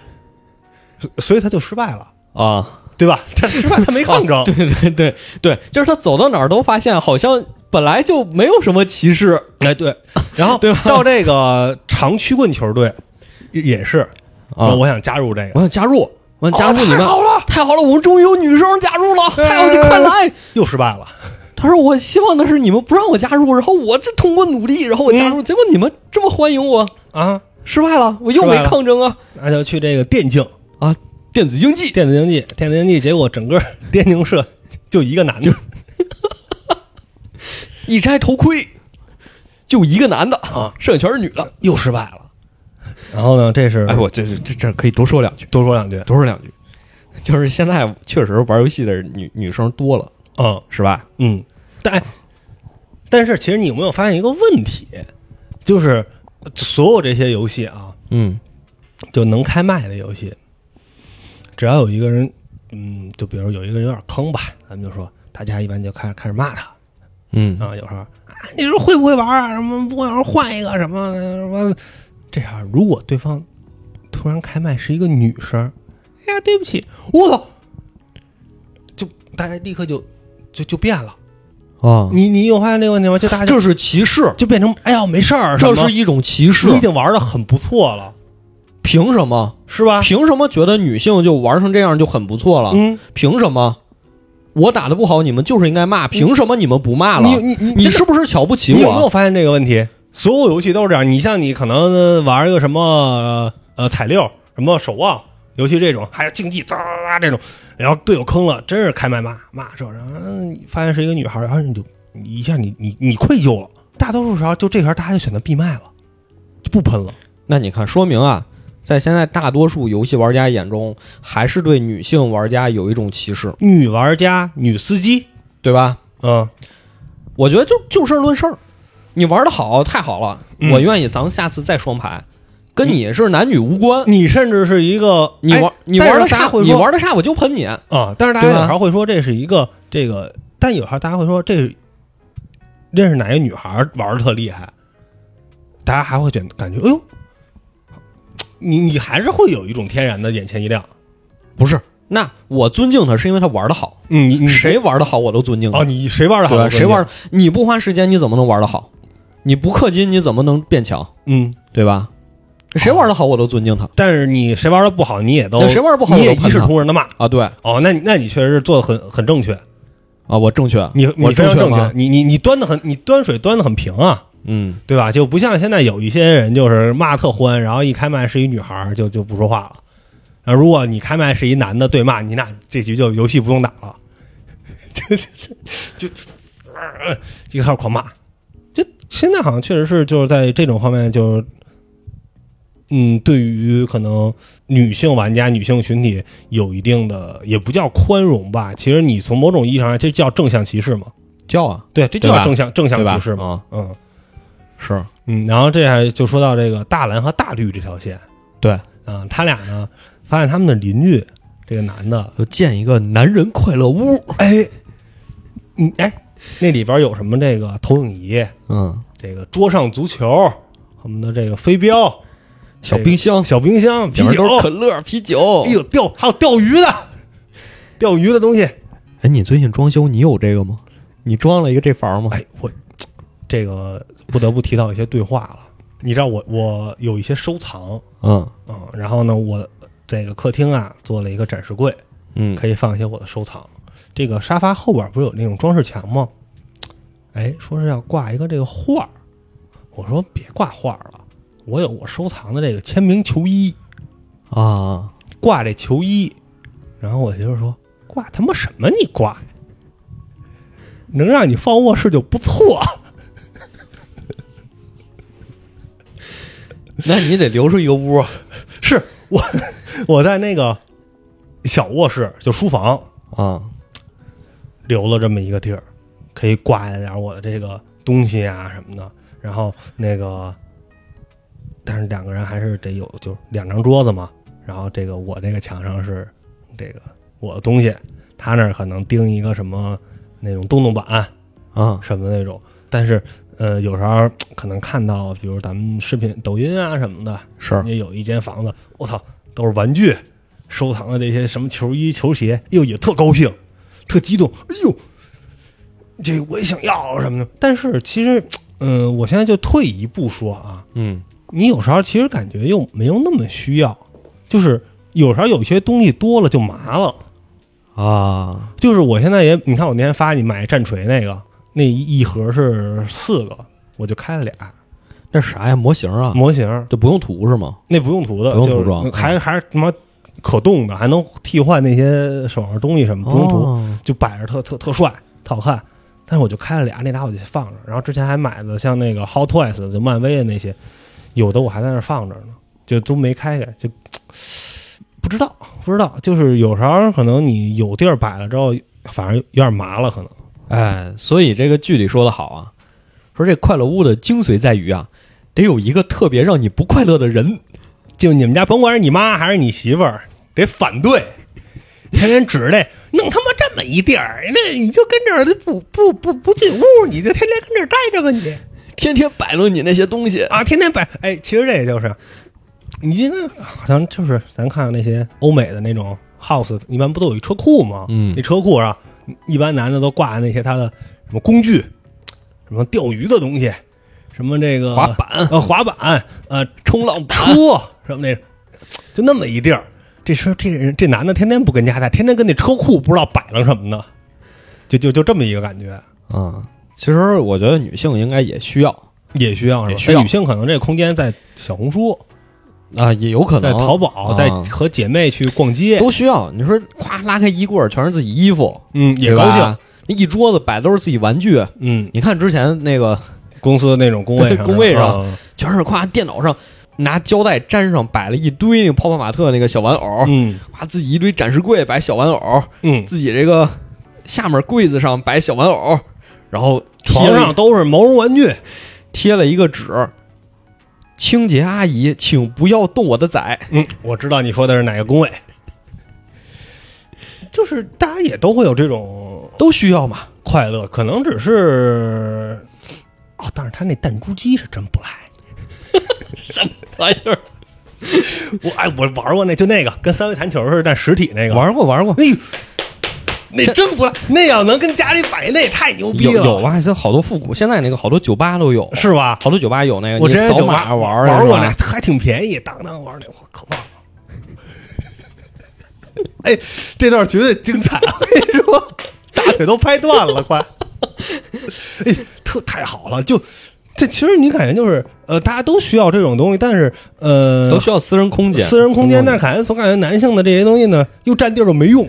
Speaker 2: 所所以他就失败了，
Speaker 1: 啊，
Speaker 2: 对吧？他失败，他没抗争，
Speaker 1: 啊对对对对，就是他走到哪儿都发现好像本来就没有什么歧视
Speaker 2: 哎对，然后
Speaker 1: 对吧
Speaker 2: 到这个长曲棍球队也也是，
Speaker 1: 啊，
Speaker 2: 我想加入这个，
Speaker 1: 我想加入，我想加入你
Speaker 2: 哦太
Speaker 1: 们，
Speaker 2: 好了，
Speaker 1: 太好了，我们终于有女生加入了，太好，你快来，
Speaker 2: 又失败了，
Speaker 1: 他说我希望的是你们不让我加入，然后我这通过努力，然后我加
Speaker 2: 嗯
Speaker 1: 入，结果你们这么欢迎我，
Speaker 2: 啊，
Speaker 1: 失败了，我又没
Speaker 2: 失败了
Speaker 1: 抗争啊
Speaker 2: 那就去这个电竞，
Speaker 1: 啊！电子竞技
Speaker 2: 电子竞技，电子竞技，结果整个电竞社就一个男的
Speaker 1: 一摘头盔，就一个男的
Speaker 2: 啊，
Speaker 1: 剩下全是女的。
Speaker 2: 又失败了。然后呢，这是
Speaker 1: 哎，我这这这这可以多说两句，
Speaker 2: 多说两句，
Speaker 1: 多说两句，就是现在确实玩游戏的女女生多了，
Speaker 2: 嗯
Speaker 1: 是吧？
Speaker 2: 嗯，但哎但是其实你有没有发现一个问题，就是所有这些游戏啊，
Speaker 1: 嗯
Speaker 2: 就能开麦的游戏，只要有一个人，嗯，就比如有一个人有点坑吧，咱们就说，大家一般就开始开始骂他
Speaker 1: 嗯
Speaker 2: 啊，有时候啊，你说会不会玩啊？什么不会玩换一个什么什么？这样，如果对方突然开麦是一个女生，哎呀，对不起，我操，就大家立刻就就就变了。
Speaker 1: 啊，
Speaker 2: 你你有发现这个问题吗？就大家就
Speaker 1: 这是歧视，
Speaker 2: 就变成哎呀没事儿，
Speaker 1: 这
Speaker 2: 什么
Speaker 1: 是一种歧视
Speaker 2: 你已。经玩的很不错了，
Speaker 1: 凭什么？
Speaker 2: 是吧？
Speaker 1: 凭什么觉得女性就玩成这样就很不错了？
Speaker 2: 嗯，
Speaker 1: 凭什么？我打的不好，你们就是应该骂。凭什么你们不骂了？
Speaker 2: 你你你
Speaker 1: 你是不是瞧不起
Speaker 2: 你有没有
Speaker 1: 我？
Speaker 2: 发现这个问题？所有游戏都是这样。你像你可能呃玩一个什么呃彩六、什么守望游戏这种，还有竞技哒哒哒这种，然后队友坑了，真是开麦骂骂这，然后嗯你发现是一个女孩，然后你就你一下你你你愧疚了。大多数时候就这时候大家就选择闭麦了，就不喷了。
Speaker 1: 那你看，说明啊，在现在大多数游戏玩家眼中，还是对女性玩家有一种歧视，
Speaker 2: 女玩家、女司机，
Speaker 1: 对吧？
Speaker 2: 嗯，
Speaker 1: 我觉得就就事论事儿，你玩的好太好了，
Speaker 2: 嗯
Speaker 1: 我愿意咱们下次再双排，跟你是男女无 关。
Speaker 2: 你甚至是一个
Speaker 1: 你玩、
Speaker 2: 嗯哎
Speaker 1: 你玩
Speaker 2: 但
Speaker 1: 的
Speaker 2: 是大家
Speaker 1: 差，
Speaker 2: 会
Speaker 1: 你
Speaker 2: 说
Speaker 1: 玩的差我就喷你。
Speaker 2: 啊，但是大家
Speaker 1: 对
Speaker 2: 有
Speaker 1: 吧
Speaker 2: 时候会说这是一个这个，但有时候大家会说这是认识哪个女孩儿玩的特厉害，大家还会觉得感觉哎呦，你你还是会有一种天然的眼前一亮。
Speaker 1: 不是，那我尊敬他是因为他玩的好，
Speaker 2: 嗯，你你
Speaker 1: 谁玩的好我都尊敬他。
Speaker 2: 哦，你谁玩的好？
Speaker 1: 对吧？
Speaker 2: 我
Speaker 1: 谁玩？你不花时间，你怎么能玩得好？你不氪金，你怎么能变强？
Speaker 2: 嗯，
Speaker 1: 对吧？
Speaker 2: 哦
Speaker 1: 谁玩得好，我都尊敬他
Speaker 2: 但是你谁玩的不好，你也都
Speaker 1: 那谁玩得不好
Speaker 2: 你也
Speaker 1: 我都
Speaker 2: 一
Speaker 1: 喷
Speaker 2: 视
Speaker 1: 他
Speaker 2: 同仁的骂。
Speaker 1: 啊！对
Speaker 2: 哦，那你那你确实是做的很很正确，
Speaker 1: 啊，我正确，
Speaker 2: 你
Speaker 1: 我
Speaker 2: 你非常
Speaker 1: 正
Speaker 2: 正
Speaker 1: 吗
Speaker 2: 确，？你你你端的很，你端水端的很平啊。
Speaker 1: 嗯，
Speaker 2: 对吧？就不像现在有一些人就是骂特欢，然后一开麦是一女孩儿就就不说话了。啊，如果你开麦是一男的对骂，你俩这局就游戏不用打了， 就就就就呃就开始狂骂。就现在好像确实是就是在这种方面就，嗯，对于可能女性玩家、女性群体有一定的也不叫宽容吧，其实你从某种意义上来，这叫正向歧视嘛？
Speaker 1: 叫啊，
Speaker 2: 对，这就
Speaker 1: 对
Speaker 2: 叫
Speaker 1: 吧
Speaker 2: 正向正向
Speaker 1: 对吧
Speaker 2: 歧视？嘛？
Speaker 1: 啊，
Speaker 2: 嗯。
Speaker 1: 是
Speaker 2: 嗯，然后这还就说到这个大蓝和大绿这条线，
Speaker 1: 对，
Speaker 2: 嗯、他俩呢发现他们的邻居这个男的，
Speaker 1: 就建一个男人快乐屋。
Speaker 2: 哎，嗯，哎，那里边有什么这个投影仪，
Speaker 1: 嗯，
Speaker 2: 这个桌上足球，我们的这个飞镖、
Speaker 1: 小冰箱，
Speaker 2: 小冰箱、啤
Speaker 1: 哦里面
Speaker 2: 酒
Speaker 1: 都，是可乐、啤酒
Speaker 2: 哎。呦钓还有钓鱼的，钓鱼的东西，
Speaker 1: 哎，你最近装修，你有这个吗？你装了一个这房吗？
Speaker 2: 哎，我这个不得不提到一些对话了，你知道我我有一些收藏，
Speaker 1: 嗯
Speaker 2: 嗯，然后呢我。这个客厅啊，做了一个展示柜，
Speaker 1: 嗯，
Speaker 2: 可以放一些我的收藏。这个沙发后边不是有那种装饰墙吗？哎，说是要挂一个这个画儿，我说别挂画儿了，我有我收藏的这个签名球衣，
Speaker 1: 啊，
Speaker 2: 挂这球衣。然后我媳妇说：“挂他妈什么？你挂，能让你放卧室就不错。
Speaker 1: 那你得留出一个屋啊
Speaker 2: 是”我 我在那个小卧室就书房
Speaker 1: 啊。
Speaker 2: 留了这么一个地儿，可以挂一点我的这个东西啊什么的。然后那个，但是两个人还是得有，就是两张桌子嘛。然后这个我这个墙上是这个我的东西，他那儿可能钉一个什么那种洞洞板
Speaker 1: 啊，
Speaker 2: 什么那种。但是呃，有时候可能看到，比如咱们视频、抖音啊什么的，
Speaker 1: 是
Speaker 2: 也有一间房子，我操，都是玩具，收藏的这些什么球衣、球鞋，哎呦也特高兴，特激动，哎呦，这我也想要什么的。但是其实，嗯、我现在就退一步说啊，
Speaker 1: 嗯，
Speaker 2: 你有时候其实感觉又没有那么需要，就是有时候有些东西多了就麻了。
Speaker 1: 啊，
Speaker 2: 就是我现在也，你看我那天发你买战锤那个，那一盒是四个，我就开了俩
Speaker 1: 那是啥呀？模型啊，
Speaker 2: 模型，
Speaker 1: 就不用涂是吗？
Speaker 2: 那不用涂的，
Speaker 1: 不用涂
Speaker 2: 就是嗯
Speaker 1: 装嗯
Speaker 2: 还还是他妈可动的，还能替换那些手上东西什么，不用涂，
Speaker 1: 哦
Speaker 2: 就摆着特特特帅，特好看。但是我就开了俩，那俩我就放着。然后之前还买的像那个 Hot Toys 就漫威的那些，有的我还在那儿放着呢，就都没开开，就不知道不知道。就是有时候可能你有地儿摆了之后，反正有点麻了，可能
Speaker 1: 哎，所以这个剧里说的好啊，说这快乐屋的精髓在于啊，得有一个特别让你不快乐的人。
Speaker 2: 就你们家甭管是你妈还是你媳妇儿，得反 对，天天指着这。弄他妈这么一地儿，那你就跟这儿不不不不进屋，你就天天跟这儿待着吧你。
Speaker 1: 天天摆弄你那些东西，
Speaker 2: 啊，天天摆。哎，其实这也就是，你现在好像就是咱看那些欧美的那种 house，一般不都有一车库吗？
Speaker 1: 嗯
Speaker 2: 那车库上一般男的都挂那些他的什么工具，什么钓鱼的东西，什么这个
Speaker 1: 滑板、
Speaker 2: 呃滑板呃
Speaker 1: 冲浪板，
Speaker 2: 车什么那，就那么一地儿。这车这人这男的天天不跟家待，天天跟那车库不知道摆了什么呢，就就就这么一个感觉。
Speaker 1: 啊，其实我觉得女性应该也需要
Speaker 2: 也需要是吧？
Speaker 1: 也需要
Speaker 2: 哎女性可能这空间在小红书，
Speaker 1: 啊，也有可
Speaker 2: 在
Speaker 1: 能
Speaker 2: 淘宝，
Speaker 1: 啊
Speaker 2: 在和姐妹去逛街，
Speaker 1: 都需要。你说咵拉开衣柜儿全是自己衣服，
Speaker 2: 嗯，也
Speaker 1: 对吧
Speaker 2: 高兴，。
Speaker 1: 那一桌子摆都是自己玩具，
Speaker 2: 嗯，
Speaker 1: 你看之前那个
Speaker 2: 公司那种工位上，
Speaker 1: 工位上
Speaker 2: 啊，
Speaker 1: 全是夸电脑上拿胶带粘上摆了一堆那个泡泡玛特那个小玩偶，
Speaker 2: 嗯
Speaker 1: 夸自己一堆展示柜摆小玩偶，
Speaker 2: 嗯，
Speaker 1: 自己这个下面柜子上摆小玩偶，然后
Speaker 2: 床
Speaker 1: 贴了
Speaker 2: 上都是毛绒玩具，
Speaker 1: 贴了一个纸，清洁阿姨，请不要动我的仔。
Speaker 2: 嗯，我知道你说的是哪个工位，就是大家也都会有这种
Speaker 1: 都需要嘛？
Speaker 2: 快乐，可能只是哦，但是他那弹珠机是真 不赖，
Speaker 1: 什么玩意儿？
Speaker 2: 我哎，我玩过那就那个跟三维弹球似的，但实体那个，
Speaker 1: 玩过玩过，
Speaker 2: 哎呦，那真不赖，那要能跟家里摆，那也太牛逼
Speaker 1: 有
Speaker 2: 了，
Speaker 1: 有啊，现在好多复古，现在那个好多酒吧都有，
Speaker 2: 是吧？
Speaker 1: 好多酒吧有那个
Speaker 2: 我之
Speaker 1: 你
Speaker 2: 前
Speaker 1: 扫
Speaker 2: 酒
Speaker 1: 码
Speaker 2: 吧
Speaker 1: 玩
Speaker 2: 玩
Speaker 1: 儿
Speaker 2: 过
Speaker 1: 是
Speaker 2: 呢
Speaker 1: 吧，
Speaker 2: 还挺便宜，当当玩儿那会儿可棒了。哎，这段绝对精彩！我跟你说，大腿都拍断了，快！哎，特太好了，就这其实你感觉就是呃，大家都需要这种东西，但是呃
Speaker 1: 都，需要私人空间，
Speaker 2: 私人空间，但
Speaker 1: 那
Speaker 2: 是感觉总感觉男性的这些东西呢，又占地儿又没用，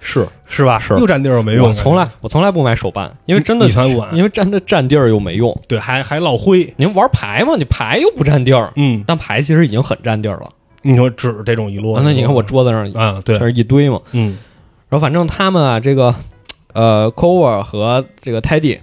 Speaker 1: 是
Speaker 2: 是吧？
Speaker 1: 是
Speaker 2: 又占地儿又没用，
Speaker 1: 我从来我从来不买手办，因为真的
Speaker 2: 你才不玩
Speaker 1: 因为真的占地儿又没用。
Speaker 2: 对，还还落灰。
Speaker 1: 你玩牌嘛，你牌又不占地儿，
Speaker 2: 嗯，
Speaker 1: 但牌其实已经很占地儿了。
Speaker 2: 你说纸这种一摞，
Speaker 1: 啊那你看我桌子上
Speaker 2: 啊，对
Speaker 1: 全，是一堆嘛，
Speaker 2: 嗯
Speaker 1: 然后反正他们啊，这个呃 c o v e r 和这个 Teddy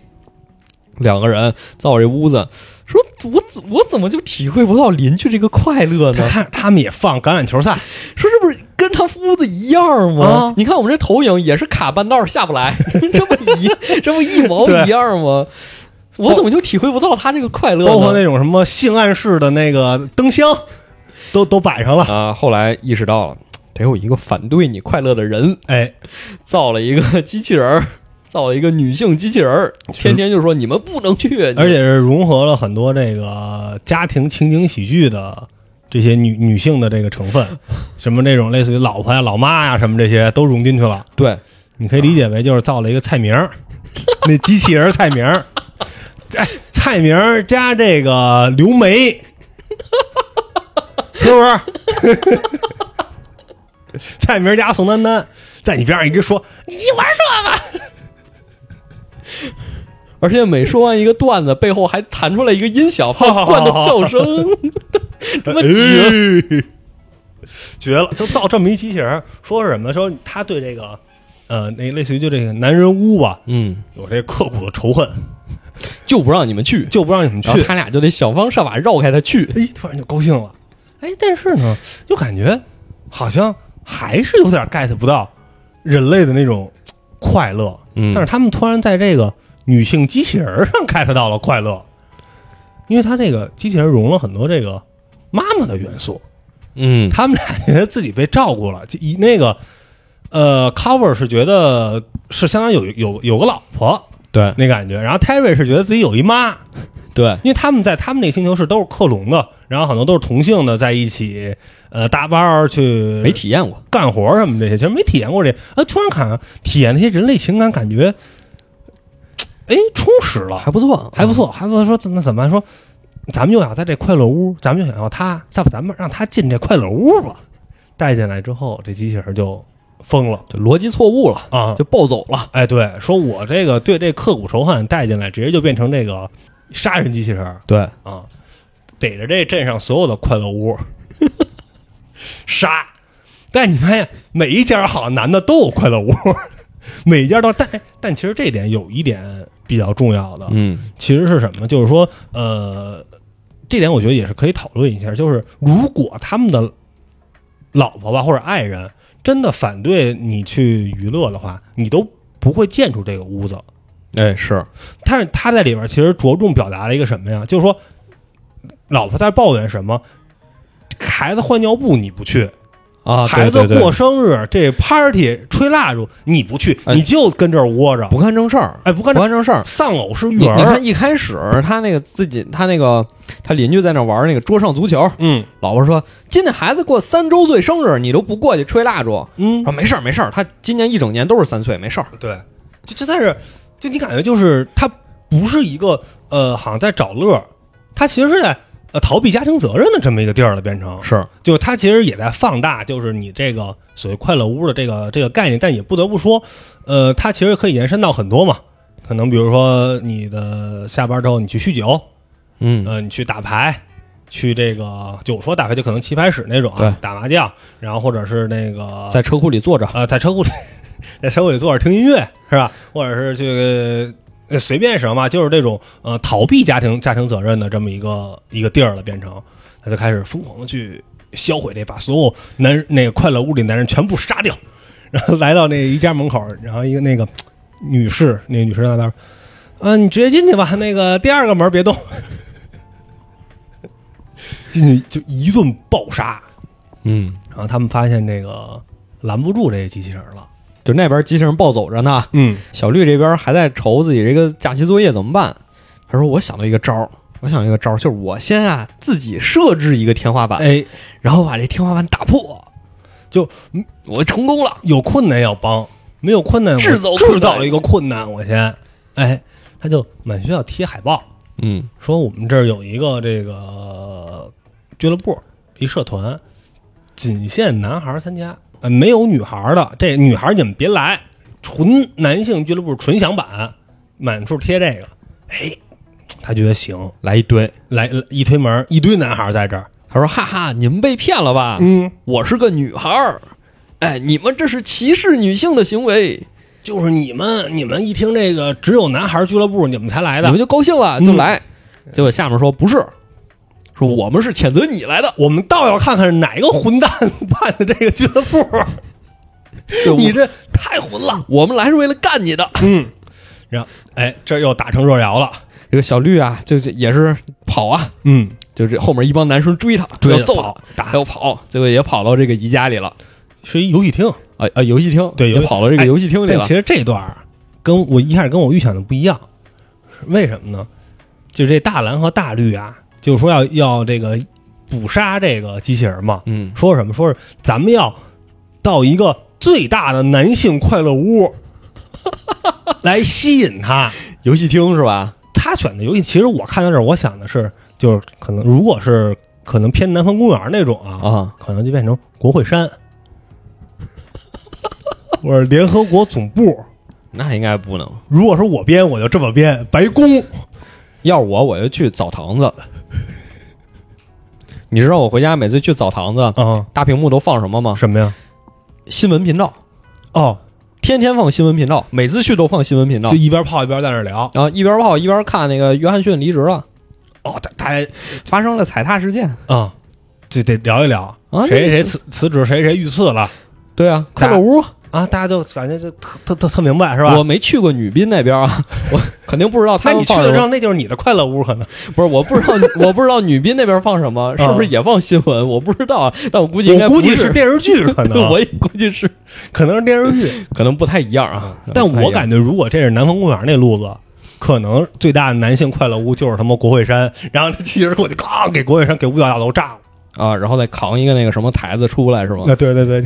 Speaker 1: 两个人在我这屋子，说我怎我怎么就体会不到邻居这个快乐
Speaker 2: 他
Speaker 1: 呢？
Speaker 2: 看他们也放橄榄球赛，
Speaker 1: 说这不是跟他屋子一样吗？
Speaker 2: 啊
Speaker 1: 你看我们这投影也是卡半道儿下不来， 这不一 这不一毛
Speaker 2: 对
Speaker 1: 一样吗？我怎么就体会不到他这个快乐呢？
Speaker 2: 包括那种什么性暗示的那个灯箱，都都摆上了。
Speaker 1: 啊、后来意识到了，得有一个反对你快乐的人，
Speaker 2: 哎，
Speaker 1: 造了一个机器人儿，造了一个女性机器人儿，天天就说你们不能去，你们
Speaker 2: 而且是融合了很多这个家庭情景喜剧的这些女女性的这个成分，什么这种类似于老婆呀、老妈呀什么这些都融进去了。
Speaker 1: 对，
Speaker 2: 你可以理解为就是造了一个 菜名儿，那机器人儿菜名儿，哎，菜名儿加这个刘梅，是不是？ 菜名儿加宋丹丹，在你边上一直说你玩
Speaker 1: 而且每说完一个段子，背后还弹出来一个音效，
Speaker 2: 好好好
Speaker 1: 罐头笑声，他妈绝了！
Speaker 2: 呃哎绝了！就造这么一机器人儿，说是什么？说他对这个，呃，那类似于就这个男人屋吧，
Speaker 1: 嗯，
Speaker 2: 有这刻骨的仇恨，
Speaker 1: 就不让你们去，
Speaker 2: 就不让你们
Speaker 1: 然后
Speaker 2: 去。
Speaker 1: 他俩就得想方设法绕开他去。
Speaker 2: 哎，突然就高兴了。哎，但是呢，就感觉好像还是有点 get 不到人类的那种嘖快乐。
Speaker 1: 嗯
Speaker 2: 但是他们突然在这个女性机器人儿上 get 到了快乐，因为他这个机器人融了很多这个妈妈的元素。
Speaker 1: 嗯，
Speaker 2: 他们俩觉得自己被照顾了，就以那个呃，cover 是觉得是相当于有有有个老婆
Speaker 1: 对
Speaker 2: 那感觉，然后 Terry 是觉得自己有一妈，
Speaker 1: 对，
Speaker 2: 因为他们在他们那个星球是都是克隆的，然后很多都是同性的在一起呃搭班儿去
Speaker 1: 没体验过。
Speaker 2: 干活呃什么这些，其实没体验过这啊，突然看体验那些人类情感，感觉哎充实了，
Speaker 1: 还不错，
Speaker 2: 还不错。还不错，说那怎么办说？咱们就想在这快乐屋，咱们就想要他，要不咱们让他进这快乐屋吧。带进来之后，这机器人就疯了
Speaker 1: 就逻辑错误了，
Speaker 2: 啊！
Speaker 1: 就暴走了。
Speaker 2: 哎，对，说我这个对这刻骨仇恨带进来，直接就变成这个杀人机器人
Speaker 1: 对，
Speaker 2: 啊，逮着这镇上所有的快乐屋杀。但你发现每一家好像男的都有快乐屋，每一家都但但其实这点有一点比较重要的，
Speaker 1: 嗯
Speaker 2: 其实是什么？就是说，呃，这点我觉得也是可以讨论一下。就是如果他们的老婆吧或者爱人真的反对你去娱乐的话，你都不会建出这个屋子。
Speaker 1: 哎是，
Speaker 2: 但是他在里边其实着重表达了一个什么呀？就是说，老婆在抱怨什么？孩子换尿布你不去，
Speaker 1: 啊，
Speaker 2: 孩子
Speaker 1: 对对对
Speaker 2: 过生日这 party 吹蜡烛你不去，
Speaker 1: 哎
Speaker 2: 你就跟这儿窝着。
Speaker 1: 不干正事儿，
Speaker 2: 哎，不
Speaker 1: 不
Speaker 2: 干这
Speaker 1: 干正事儿。
Speaker 2: 丧偶式育
Speaker 1: 你你
Speaker 2: 儿，
Speaker 1: 看一开始他那个自己，他那个他邻居在那玩那个桌上足球，
Speaker 2: 嗯
Speaker 1: 老婆说今天孩子过三周岁生日，你都不过去吹蜡烛，
Speaker 2: 嗯
Speaker 1: 啊说没事儿没事儿，他今年一整年都是三岁，没事儿。
Speaker 2: 对，就就但是，就你感觉就是他不是一个呃，好像在找乐儿，他其实是在呃逃避家庭责任的这么一个地儿了，变成
Speaker 1: 是，
Speaker 2: 就他其实也在放大，就是你这个所谓快乐屋的这个这个概念，但也不得不说，呃，它其实可以延伸到很多嘛，可能比如说你的下班之后你去酗酒，
Speaker 1: 嗯，
Speaker 2: 呃，你去打牌，去这个就我说打牌就可能棋牌室那种
Speaker 1: 对
Speaker 2: 啊，打麻将，然后或者是那个
Speaker 1: 在车库里坐着，
Speaker 2: 啊，在车库里， 在车库里坐着听音乐是吧？或者是去呃随便什么嘛，就是这种呃逃避家庭家庭责任的这么一个一个地儿了，变成他就开始疯狂的去销毁这，把所有男那个快乐屋里男人全部杀掉，然后来到那一家门口，然后一个那个女士，那个女士在那儿，啊，你直接进去吧，那个第二个门别动， 进去就一顿暴杀，
Speaker 1: 嗯，
Speaker 2: 然后他们发现这个拦不住这个机器人了。
Speaker 1: 就那边机器人暴走着呢，
Speaker 2: 嗯，
Speaker 1: 小绿这边还在愁自己这个假期作业怎么办。他说：“我想到一个招儿，我想到一个招儿，就是我先啊自己设置一个天花板，
Speaker 2: 哎，
Speaker 1: 然后把这天花板打破，
Speaker 2: 就
Speaker 1: 我成功了。
Speaker 2: 有困难要帮，没有困难我
Speaker 1: 制造困难
Speaker 2: 制造一个困难，我先，哎，他就满学校贴海报，”
Speaker 1: 嗯，
Speaker 2: 说我们这儿有一个这个俱乐部，一社团，仅限男孩儿参加，呃，没有女孩儿的，这女孩儿你们别来，纯男性俱乐部纯享版，满处贴这个，哎，他觉得行，
Speaker 1: 来一堆。
Speaker 2: 来来一推门，一堆男孩儿在这儿，
Speaker 1: 他说：“哈哈，你们被骗了吧？
Speaker 2: 嗯。
Speaker 1: 我是个女孩儿，哎，你们这是歧视女性的行为，
Speaker 2: 就是你们，你们一听这个只有男孩俱乐部，你们才来
Speaker 1: 你
Speaker 2: 的
Speaker 1: 们。就高兴了
Speaker 2: 嗯
Speaker 1: 就来。结果下面说：“不是，说我们是谴责你来的。
Speaker 2: 我们倒要看看哪个混蛋 办的这个俱乐部，
Speaker 1: 对
Speaker 2: 你
Speaker 1: 我
Speaker 2: 这太混了。
Speaker 1: 我们来是为了干你的。”
Speaker 2: 嗯，然后哎，这又打成热聊了。
Speaker 1: 这个小绿啊，就就也是跑啊，
Speaker 2: 嗯，
Speaker 1: 就是后面一帮男生追他，
Speaker 2: 追
Speaker 1: 要
Speaker 2: 着
Speaker 1: 揍
Speaker 2: 跑
Speaker 1: 他，
Speaker 2: 打
Speaker 1: 要跑，结果也跑到这个宜家里了，
Speaker 2: 是一游戏厅，
Speaker 1: 啊啊，游戏厅，
Speaker 2: 对
Speaker 1: 也
Speaker 2: 游戏
Speaker 1: 跑到这个
Speaker 2: 哎
Speaker 1: 游戏厅里
Speaker 2: 但
Speaker 1: 了
Speaker 2: 其，实这段儿跟我一开始跟我预想的不一样，为什么呢？就这大蓝和大绿啊，就是说要要这个捕杀这个机器人嘛。
Speaker 1: 嗯，
Speaker 2: 说什么？说是咱们要到一个最大的男性快乐 屋来吸引他。
Speaker 1: 游戏厅是吧？
Speaker 2: 他选的游戏，其实我看到这儿，我想的是，就是可能如果是可能偏南方公园那种啊，
Speaker 1: 啊，
Speaker 2: 可能就变成国会山， 或者联合国总部。
Speaker 1: 那应该不能。
Speaker 2: 如果是我编，我就这么编，白宫。
Speaker 1: 要是我，我就去澡堂 子。你知道我回家每次去澡堂子，
Speaker 2: 啊、
Speaker 1: 大屏幕都放什么吗？
Speaker 2: 什么呀？
Speaker 1: 新闻频道，
Speaker 2: 哦，
Speaker 1: 天天放新闻频道，每次去都放新闻频道
Speaker 2: 就，一边泡一边在那儿聊。
Speaker 1: 然后一边泡一边看那个约翰逊离职了，
Speaker 2: 哦，大大家
Speaker 1: 发生了踩踏事件
Speaker 2: 啊，就得聊一聊，
Speaker 1: 啊，
Speaker 2: 谁谁辞辞职，谁谁遇刺了。
Speaker 1: 对啊，快乐屋啊
Speaker 2: 啊，大家就感觉就特特特特明白是吧？
Speaker 1: 我没去过女宾那边啊， 我肯定不知道他
Speaker 2: 那
Speaker 1: 们
Speaker 2: 你去
Speaker 1: 放
Speaker 2: 了
Speaker 1: 什
Speaker 2: 之
Speaker 1: 么。
Speaker 2: 后，那就是你的快乐屋可能。
Speaker 1: 不是，我不知道， 我不知道女宾那边放什么，是不是也放新闻？我不知道啊，但我估计 应该
Speaker 2: 嗯我估
Speaker 1: 不
Speaker 2: 计
Speaker 1: 是
Speaker 2: 是，电视剧可 能，
Speaker 1: 我也估计是，
Speaker 2: 可能是电 视剧。
Speaker 1: 可能不太一样啊。
Speaker 2: 但
Speaker 1: 不太一
Speaker 2: 我
Speaker 1: 样
Speaker 2: 感觉，如果这是南方公园那路子，可能最大的男性快乐屋就是他妈国会山，然后这汽车过去，咣给国会山给五角大楼炸了。啊
Speaker 1: 啊，然后再扛一个那个什么台子出来是吗？
Speaker 2: 啊，对对对，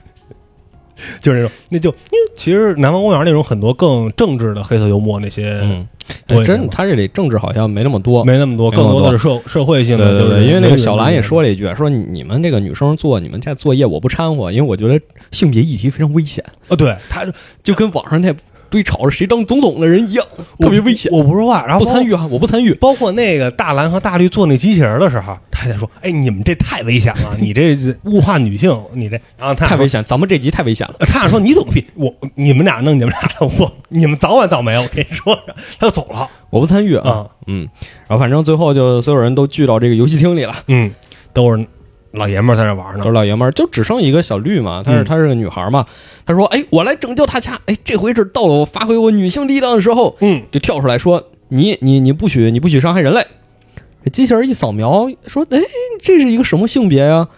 Speaker 2: 就是那种，那就因为其实南方公园那种很多更政治的黑色幽默那些，
Speaker 1: 嗯，
Speaker 2: 对
Speaker 1: 哎真
Speaker 2: 对
Speaker 1: 的他这里政治好像没那么多。
Speaker 2: 没那么多，
Speaker 1: 没
Speaker 2: 更
Speaker 1: 那么
Speaker 2: 多的是社社会性
Speaker 1: 对
Speaker 2: 的，
Speaker 1: 对
Speaker 2: 就是
Speaker 1: 对，因为那
Speaker 2: 美
Speaker 1: 个
Speaker 2: 女
Speaker 1: 小兰也
Speaker 2: 那种
Speaker 1: 说了一句，说你你们这个女生做你们家作业我不掺和，因为我觉得性别议题非常危险，
Speaker 2: 哦，对，他
Speaker 1: 就跟网上那堆吵着谁当总统的人一样，特别危险。
Speaker 2: 我不说话，然后
Speaker 1: 不参与啊，我不参与。
Speaker 2: 包括那个大蓝和大绿做那机器人的时候，他还在说：“哎，你们这太危险 了，你这物化女性，你这……”然后他
Speaker 1: 太
Speaker 2: 俩
Speaker 1: 危
Speaker 2: 说
Speaker 1: 险，咱们这集太危险了。：“
Speaker 2: 他俩说你懂个屁，我你们俩弄你们俩，我你们早晚倒霉，我跟你说。” 他就走了。
Speaker 1: 我不参与啊，
Speaker 2: 啊，
Speaker 1: 嗯，然后反正最后就所有人都聚到这个游戏厅里了，
Speaker 2: 嗯，都是老爷们儿在那玩
Speaker 1: 都
Speaker 2: 呢
Speaker 1: 是。老爷们儿，就只剩一个小绿嘛，她是
Speaker 2: 嗯
Speaker 1: 她是个女孩嘛，她说，哎，我来拯救大家，哎，这回是到了我发挥我女性力量的时候，
Speaker 2: 嗯，
Speaker 1: 就跳出来说，你你你不许你不许伤害人类。这机器人一扫描，说，哎，这是一个什么性别呀、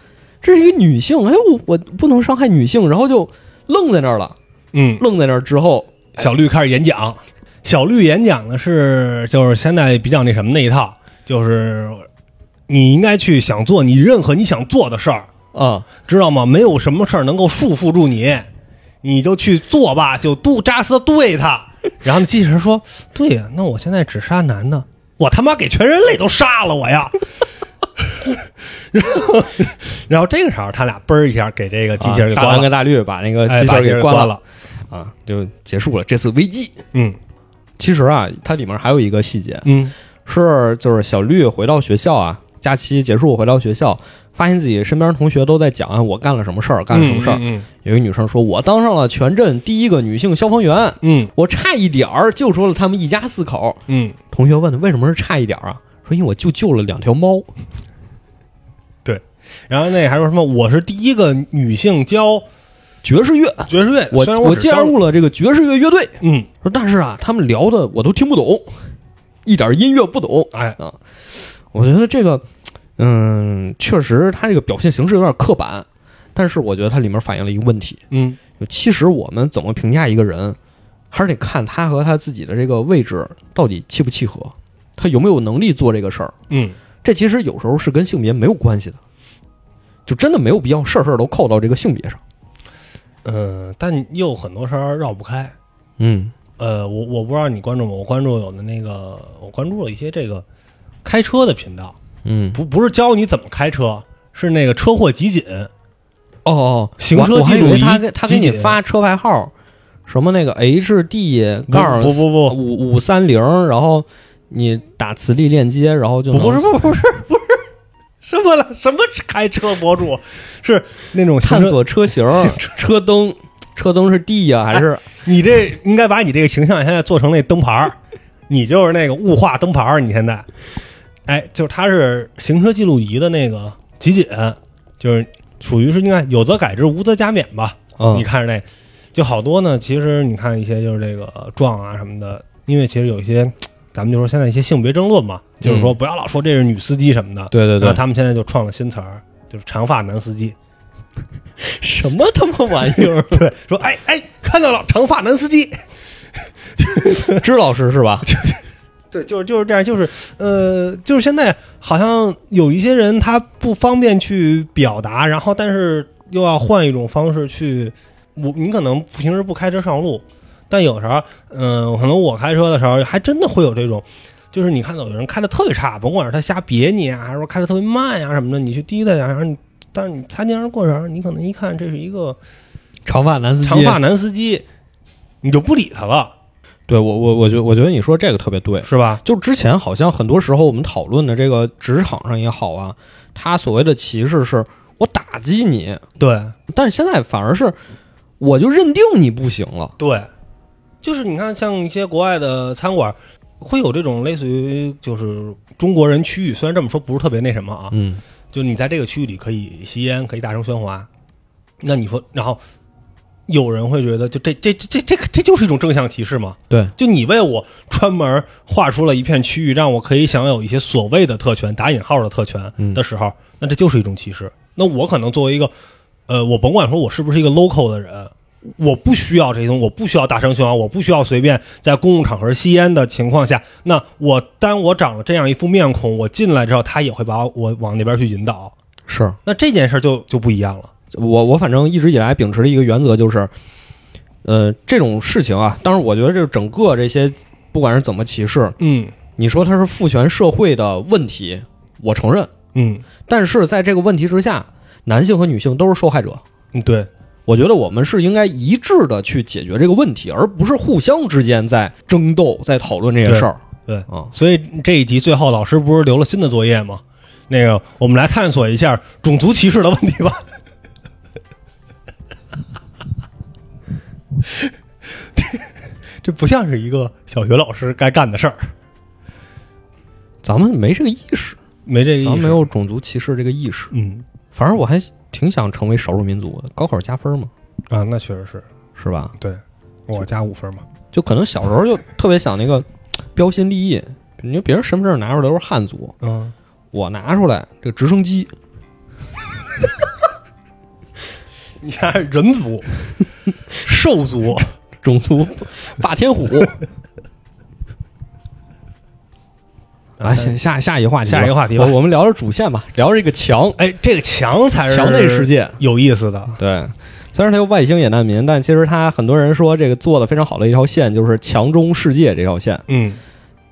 Speaker 1: 这是一个女性，哎，我我不能伤害女性，然后就愣在那儿了，
Speaker 2: 嗯，
Speaker 1: 愣在那儿之后，
Speaker 2: 小绿开始演讲。小绿演讲的是就是现在比较那什么那一套，就是你应该去想做你任何你想做的事儿，
Speaker 1: 啊、
Speaker 2: 知道吗？没有什么事儿能够束缚住你，你就去做吧，就杜扎斯对他。然后那机器人说：“对呀、那我现在只杀男的，我他妈给全人类都杀了我呀！” 然后，然后这个时候他俩嘣儿一下给这个机器人给
Speaker 1: 大蓝
Speaker 2: 关
Speaker 1: 跟
Speaker 2: 了，
Speaker 1: 啊大绿把那个
Speaker 2: 哎，
Speaker 1: 机器
Speaker 2: 把
Speaker 1: 人
Speaker 2: 机器
Speaker 1: 给
Speaker 2: 人
Speaker 1: 关
Speaker 2: 关
Speaker 1: 了、
Speaker 2: 了。
Speaker 1: 啊，就结束了这次危机。
Speaker 2: 嗯
Speaker 1: 其实啊，它里面还有一个细节
Speaker 2: 嗯
Speaker 1: 是，就是小绿回到学校啊，假期结束回到学校，发现自己身边同学都在讲啊，我干了什么事儿，干了什么事儿。
Speaker 2: 嗯
Speaker 1: 有一个女生说，我当上了全镇第一个女性消防员，
Speaker 2: 嗯
Speaker 1: 我差一点儿救出了他们一家四口。
Speaker 2: 嗯，
Speaker 1: 同学问他为什么是差一点儿啊？说因为我就救了两条猫。
Speaker 2: 然后那还说什么？我是第一个女性教
Speaker 1: 爵士乐，
Speaker 2: 爵士乐，
Speaker 1: 我
Speaker 2: 哎虽然
Speaker 1: 我
Speaker 2: 只
Speaker 1: 加
Speaker 2: 教
Speaker 1: 入了这个爵士乐乐队。
Speaker 2: 嗯，
Speaker 1: 说但是啊，他们聊的我都听不懂，一点音乐不懂。
Speaker 2: 哎，
Speaker 1: 我觉得这个，嗯，确实它这个表现形式有点刻板，但是我觉得它里面反映了一个问题。
Speaker 2: 嗯
Speaker 1: 就其实我们怎么评价一个人，还是得看他和他自己的这个位置到底契不契合，他有没有能力做这个事儿。
Speaker 2: 嗯，
Speaker 1: 这其实有时候是跟性别没有关系的，就真的没有必要事儿事儿都扣到这个性别上。
Speaker 2: 呃，但又很多事儿绕不开。
Speaker 1: 嗯
Speaker 2: 呃，我我不知道你关注吗？我关注有的那个，我关注了一些这个开车的频道，
Speaker 1: 嗯，
Speaker 2: 不不是教你怎么开车，是那个车祸集锦。
Speaker 1: 哦哦，
Speaker 2: 行
Speaker 1: 我
Speaker 2: 车
Speaker 1: 我还
Speaker 2: 记
Speaker 1: 以
Speaker 2: 录
Speaker 1: 为
Speaker 2: 仪
Speaker 1: 他给他给你
Speaker 2: 集锦
Speaker 1: 发车牌号，什么那个 HD
Speaker 2: 不
Speaker 1: 杠
Speaker 2: 不 不不
Speaker 1: 五五三零，然后你打磁力链接，然后就
Speaker 2: 不不是
Speaker 1: 能
Speaker 2: 不是不是不是什么了什么开车博主是那种行
Speaker 1: 探
Speaker 2: 车哎
Speaker 1: 索车型、车灯。车灯是 D 呀、还是
Speaker 2: 你这应该把你这个形象现在做成那灯牌儿，你就是那个雾化灯牌儿。你现在，哎，就是它是行车记录仪的那个集锦，就是属于是应该有则改之，无则加勉吧。
Speaker 1: 嗯
Speaker 2: 你看着那，就好多呢。其实你看一些就是这个撞啊什么的，因为其实有一些，咱们就说现在一些性别争论嘛，就是说不要老说这是女司机什么的。
Speaker 1: 嗯对对
Speaker 2: 然后，他们现在就创了新词儿，就是长发男司机。
Speaker 1: 什么他妈玩意 儿？
Speaker 2: 对，说哎哎，看到了长发男司机。
Speaker 1: 支老师是吧？
Speaker 2: 对，就是就是这样，就是呃，就是现在好像有一些人他不方便去表达，然后但是又要换一种方式去，我你可能平时不开车上路，但有时候，嗯、可能我开车的时候还真的会有这种，就是你看到有人开的特别差，甭管是他瞎别你啊，还是说开的特别慢啊呀、什么的，你去滴答呀，然后你但是你擦肩而过的时候，你可能一看这是一个
Speaker 1: 长发男司机，
Speaker 2: 长发男司机，你就不理他了，
Speaker 1: 对我我我觉我觉得你说这个特别对，
Speaker 2: 是吧？
Speaker 1: 就之前好像很多时候我们讨论的这个职场上也好啊，他所谓的歧视是我打击你，
Speaker 2: 对，
Speaker 1: 但是现在反而是我就认定你不行了，
Speaker 2: 对，就是你看，像一些国外的餐馆，会有这种类似于就是中国人区域，虽然这么说不是特别那什么啊，
Speaker 1: 嗯
Speaker 2: 就你在这个区域里可以吸烟，可以大声喧哗。那你说，然后有人会觉得，就这这这这这这就是一种正向歧视吗？
Speaker 1: 对，
Speaker 2: 就你为我专门划出了一片区域，让我可以享有一些所谓的特权（打引号的特权）
Speaker 1: 嗯
Speaker 2: 的时候，那这就是一种歧视。那我可能作为一个，呃，我甭管说我是不是一个 local 的人，我不需要这些东西，我不需要大声喧哗，我不需要随便在公共场合吸烟的情况下，那我当我长了这样一副面孔，我进来之后，他也会把我往那边去引导，
Speaker 1: 是
Speaker 2: 那这件事就就不一样了。
Speaker 1: 我我反正一直以来秉持的一个原则就是，呃，这种事情啊，当然我觉得这整个这些不管是怎么歧视，
Speaker 2: 嗯
Speaker 1: 你说它是父权社会的问题，我承认，
Speaker 2: 嗯
Speaker 1: 但是在这个问题之下，男性和女性都是受害者。
Speaker 2: 嗯，对，
Speaker 1: 我觉得我们是应该一致的去解决这个问题，而不是互相之间在争斗、在讨论这些事儿。
Speaker 2: 对对
Speaker 1: 啊，
Speaker 2: 所以这一集最后老师不是留了新的作业吗？那个，我们来探索一下种族歧视的问题吧。 这这不像是一个小学老师该干的事儿，
Speaker 1: 咱们没这个意识，
Speaker 2: 没这个意识。
Speaker 1: 咱们没有种族歧视这个意识。
Speaker 2: 嗯
Speaker 1: 反正我还挺想成为少数民族的，高考加分嘛，
Speaker 2: 啊，那确实是
Speaker 1: 是吧？
Speaker 2: 对，我加五分嘛。
Speaker 1: 就可能小时候就特别想那个标新立异，你说别人身份证拿出来都是汉族，
Speaker 2: 嗯，
Speaker 1: 我拿出来这个直升机，
Speaker 2: 你看人族、兽族，
Speaker 1: 种族霸天 虎。来，先哎下下一个话题吧，
Speaker 2: 啊下一个话题吧
Speaker 1: 我我们聊聊主线吧，聊这个墙，
Speaker 2: 哎，这个墙才是
Speaker 1: 墙内世界。
Speaker 2: 有意思的。
Speaker 1: 对，虽然它有外星也难民，但其实它很多人说这个做的非常好的一条线就是墙中世界这条线，
Speaker 2: 嗯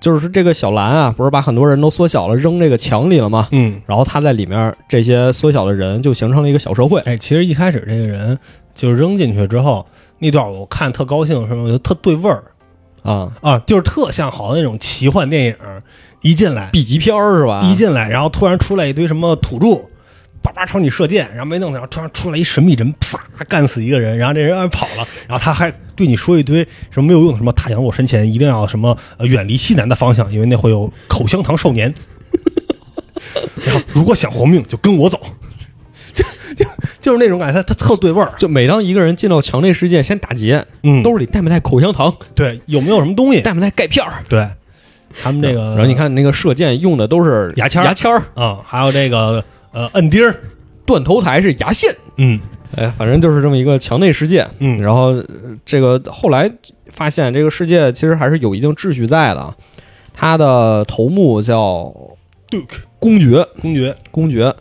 Speaker 1: 就是这个小蓝啊，不是把很多人都缩小了扔这个墙里了吗？
Speaker 2: 嗯，
Speaker 1: 然后他在里面这些缩小的人就形成了一个小社会。
Speaker 2: 哎，其实一开始这个人就扔进去之后，那段我看特高兴，什么我觉得特对味儿
Speaker 1: 啊
Speaker 2: 啊，就是特像好像那种奇幻电影，一进来
Speaker 1: ，B 级片儿是吧？
Speaker 2: 一进来，然后突然出来一堆什么土著。叭叭朝你射箭，然后没弄死，然后突然出来一神秘人，啪干死一个人，然后这人还哎跑了，然后他还对你说一堆什么没有用的，什么太阳落山前一定要什么呃远离西南的方向，因为那会有口香糖少年。然后如果想活命，就跟我走，就就就是那种感觉，他他特对味儿，
Speaker 1: 就每当一个人进到墙内世界，先打劫，
Speaker 2: 嗯
Speaker 1: 兜里带没带口香糖，
Speaker 2: 对，有没有什么东西？
Speaker 1: 带没带钙片儿？
Speaker 2: 对，他们这个，
Speaker 1: 然后你看那个射箭用的都是
Speaker 2: 牙签儿
Speaker 1: 牙签儿，
Speaker 2: 啊、还有这个呃摁钉儿，
Speaker 1: 断头台是牙线。
Speaker 2: 嗯
Speaker 1: 哎，反正就是这么一个墙内世界。
Speaker 2: 嗯，
Speaker 1: 然后呃这个后来发现，这个世界其实还是有一定秩序在的啊。他的头目叫
Speaker 2: Duke
Speaker 1: 公爵，
Speaker 2: 公爵，
Speaker 1: 公爵。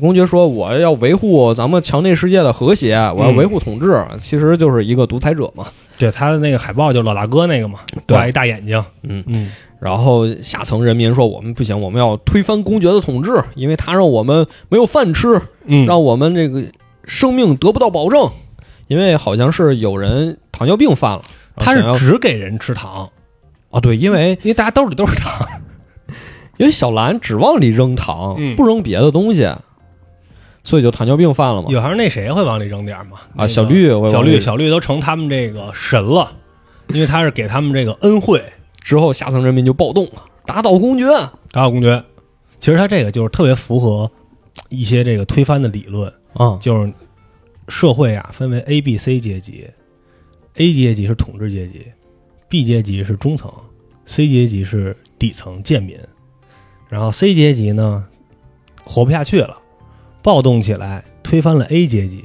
Speaker 1: 公爵说：“我要维护咱们墙内世界的和谐，我要
Speaker 2: 嗯
Speaker 1: 维护统治，其实就是一个独裁者嘛。
Speaker 2: 对他的那个海报就老大哥那个嘛，
Speaker 1: 对
Speaker 2: 挂一大眼睛，
Speaker 1: 嗯
Speaker 2: 嗯
Speaker 1: 然后下层人民说：我们不行，我们要推翻公爵的统治，因为他让我们没有饭吃，
Speaker 2: 嗯
Speaker 1: 让我们这个生命得不到保证。因为好像是有人糖尿病犯了，
Speaker 2: 他
Speaker 1: 然后
Speaker 2: 是嗯
Speaker 1: 想
Speaker 2: 只给人吃糖，
Speaker 1: 要啊，对，因为
Speaker 2: 因为大家兜里都是糖，
Speaker 1: 因为小兰只往里扔糖，
Speaker 2: 嗯
Speaker 1: 不扔别的东西，所以就糖尿病犯了嘛。
Speaker 2: 有还是那谁会往里扔点儿嘛？那
Speaker 1: 啊，
Speaker 2: 个
Speaker 1: 小绿，我
Speaker 2: 小绿，小绿都成他们这个神了，因为他是给他们这个恩惠。
Speaker 1: 之后下层人民就暴动了，打倒公爵。
Speaker 2: 打倒啊公爵，其实他这个就是特别符合一些这个推翻的理论，
Speaker 1: 啊，
Speaker 2: 就是社会啊分为 A、B、C 阶级，A 阶级是统治阶级，B 阶级是中层，C 阶级是底层贱民。然后 C 阶级呢，活不下去了，暴动起来，推翻了 A 阶级，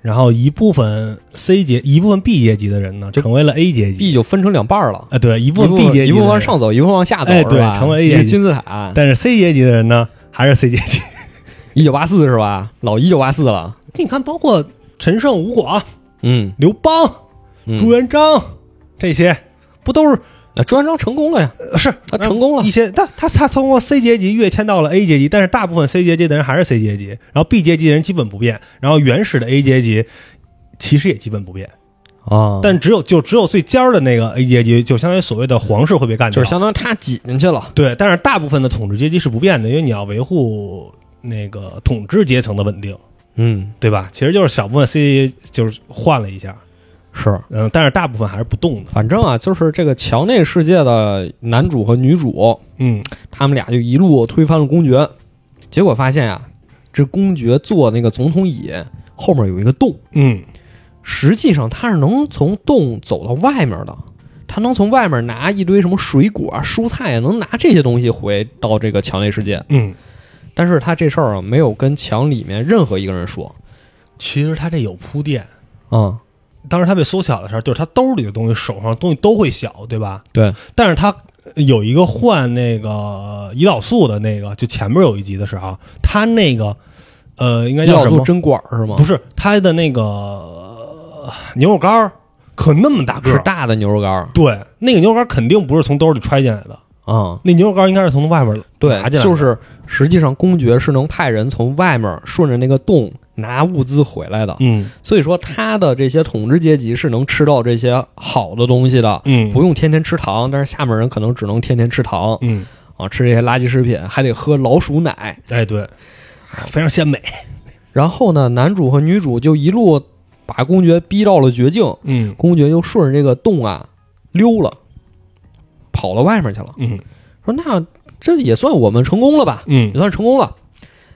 Speaker 2: 然后一部分 C 阶一部分 B 阶级的人呢，
Speaker 1: 就
Speaker 2: 成为了 A 阶级。
Speaker 1: B 就分成两半儿了，
Speaker 2: 啊，对，一
Speaker 1: 一
Speaker 2: 部分 B 阶级的人
Speaker 1: 一部分往上走，一部分往下走，
Speaker 2: 哎
Speaker 1: 是吧？
Speaker 2: 对成为 A
Speaker 1: 一
Speaker 2: 阶
Speaker 1: 个
Speaker 2: 级
Speaker 1: 金字塔，
Speaker 2: 但是 C 阶级的人呢，还是 C 阶级。
Speaker 1: 一九八四是吧？老一九八四了，
Speaker 2: 你看，包括陈胜、吴广、
Speaker 1: 嗯，
Speaker 2: 刘邦、
Speaker 1: 嗯
Speaker 2: 朱元璋这些，不都是
Speaker 1: 那朱元璋成功了呀，
Speaker 2: 呃是
Speaker 1: 他啊成功了
Speaker 2: 一些？但他他通过 C 阶级跃迁到了 A 阶级，但是大部分 C 阶级的人还是 C 阶级，然后 B 阶级的人基本不变，然后原始的 A 阶级其实也基本不变，
Speaker 1: 啊但
Speaker 2: 但只有就只有最尖儿的那个 A 阶级，就相当于所谓的皇室会被干掉，
Speaker 1: 就是相当于他挤进去了。
Speaker 2: 对，但是大部分的统治阶级是不变的，因为你要维护那个统治阶层的稳定，
Speaker 1: 嗯，
Speaker 2: 对吧？其实就是小部分 C 阶级就是换了一下。
Speaker 1: 是，
Speaker 2: 嗯，但是大部分还是不动的。
Speaker 1: 反正啊，就是这个墙内世界的男主和女主，
Speaker 2: 嗯，
Speaker 1: 他们俩就一路推翻了公爵，结果发现啊，这公爵坐那个总统椅后面有一个洞，
Speaker 2: 嗯，
Speaker 1: 实际上他是能从洞走到外面的，他能从外面拿一堆什么水果、蔬菜，能拿这些东西回到这个墙内世界。
Speaker 2: 嗯，
Speaker 1: 但是他这事儿啊，没有跟墙里面任何一个人说
Speaker 2: 其实他这有铺垫。
Speaker 1: 啊、
Speaker 2: 当时他被缩小的时候，就是他兜里的东西、手上的东西都会小，对吧？
Speaker 1: 对，
Speaker 2: 但是他呃有一个换那个胰岛素的那个，就前面有一集的时候，他那个呃，应该叫
Speaker 1: 要
Speaker 2: 什
Speaker 1: 做
Speaker 2: 么？
Speaker 1: 针管儿是吗
Speaker 2: 不？是它的那个呃牛肉干儿可那么大个
Speaker 1: 是
Speaker 2: 儿，
Speaker 1: 大的牛肉干儿
Speaker 2: 对，那个牛肉干儿肯定不是从兜里揣进来的，
Speaker 1: 啊，
Speaker 2: 那牛肉干儿应该是从外边
Speaker 1: 对
Speaker 2: 拿，进来的，
Speaker 1: 就是实际上公爵是能派人从外面顺着那个洞拿物资回来的，
Speaker 2: 嗯
Speaker 1: 所以说他的这些统治阶级是能吃到这些好的东西的，
Speaker 2: 嗯
Speaker 1: 不用天天吃糖，但是下面人可能只能天天吃糖
Speaker 2: 嗯，
Speaker 1: 啊，吃这些垃圾食品，还得喝老鼠奶。
Speaker 2: 哎对，非常鲜美，
Speaker 1: 然后呢，男主和女主就一路把公爵逼到了绝境，
Speaker 2: 嗯
Speaker 1: 公爵就顺着这个洞啊溜了，跑到外面去了。
Speaker 2: 嗯
Speaker 1: 说那这也算我们成功了吧？
Speaker 2: 嗯
Speaker 1: 也算成功了。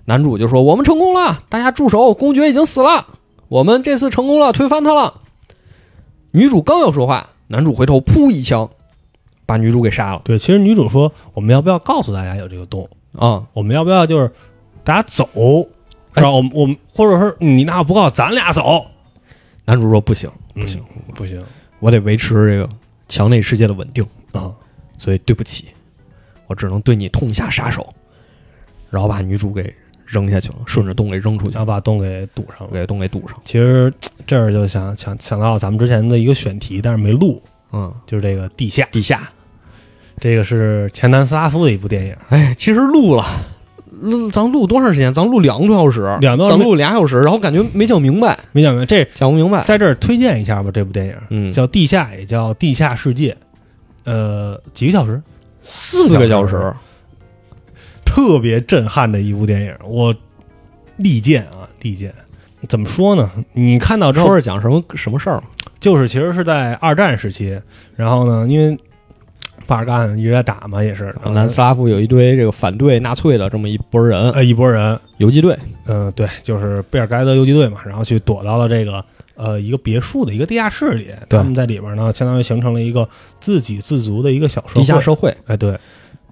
Speaker 1: 男主就说：“我们成功了，大家住手！公爵已经死了，我们这次成功了，推翻他了。”女主刚要说话，男主回头噗一枪，把女主给杀了。
Speaker 2: 对，其实女主说，我们要不要告诉大家有这个洞？
Speaker 1: 啊、
Speaker 2: 我们要不要就是大家走，是吧？我们我们或者说你那不告，咱俩走，嗯
Speaker 1: 男主说：“不行，
Speaker 2: 不行不行
Speaker 1: 我得维持这个墙内世界的稳定，
Speaker 2: 啊！
Speaker 1: 所以对不起，我只能对你痛下杀手。”然后把女主给扔下去了，顺着洞给扔出去
Speaker 2: 然，后把洞给堵上了。
Speaker 1: 给洞给堵上。
Speaker 2: 其实这儿就想想想到咱们之前的一个选题，但是没录，
Speaker 1: 嗯，
Speaker 2: 就是这个地下，
Speaker 1: 地下，
Speaker 2: 这个是前南斯拉夫的一部电影，
Speaker 1: 哎，其实录了，录咱录多长时间？咱录两个多小时，
Speaker 2: 两个多小
Speaker 1: 咱
Speaker 2: 时
Speaker 1: 录俩小时，然后感觉没讲明白，
Speaker 2: 没讲明白。这
Speaker 1: 讲不明白。
Speaker 2: 在这儿推荐一下吧，这部电影，
Speaker 1: 嗯
Speaker 2: 叫《地下》，也叫《地下世界》，呃，几个小时，
Speaker 1: 四个小
Speaker 2: 时，，特别震撼的一部电影，我力荐啊，力荐。怎么说呢？你看到之
Speaker 1: 说
Speaker 2: 后，
Speaker 1: 是讲什么什么事儿？
Speaker 2: 就是其实是在二战时期，然后呢，因为巴尔干一直在打嘛，也是然后
Speaker 1: 南斯拉夫有一堆这个反对纳粹的这么一拨人，
Speaker 2: 呃一拨人，
Speaker 1: 游击队。
Speaker 2: 嗯、对，就是贝尔盖德游击队嘛，然后去躲到了这个呃一个别墅的一个地下室里，
Speaker 1: 对
Speaker 2: 他们在里边呢，相当于形成了一个自给自足的一个小社会。
Speaker 1: 地下社会
Speaker 2: 哎，对，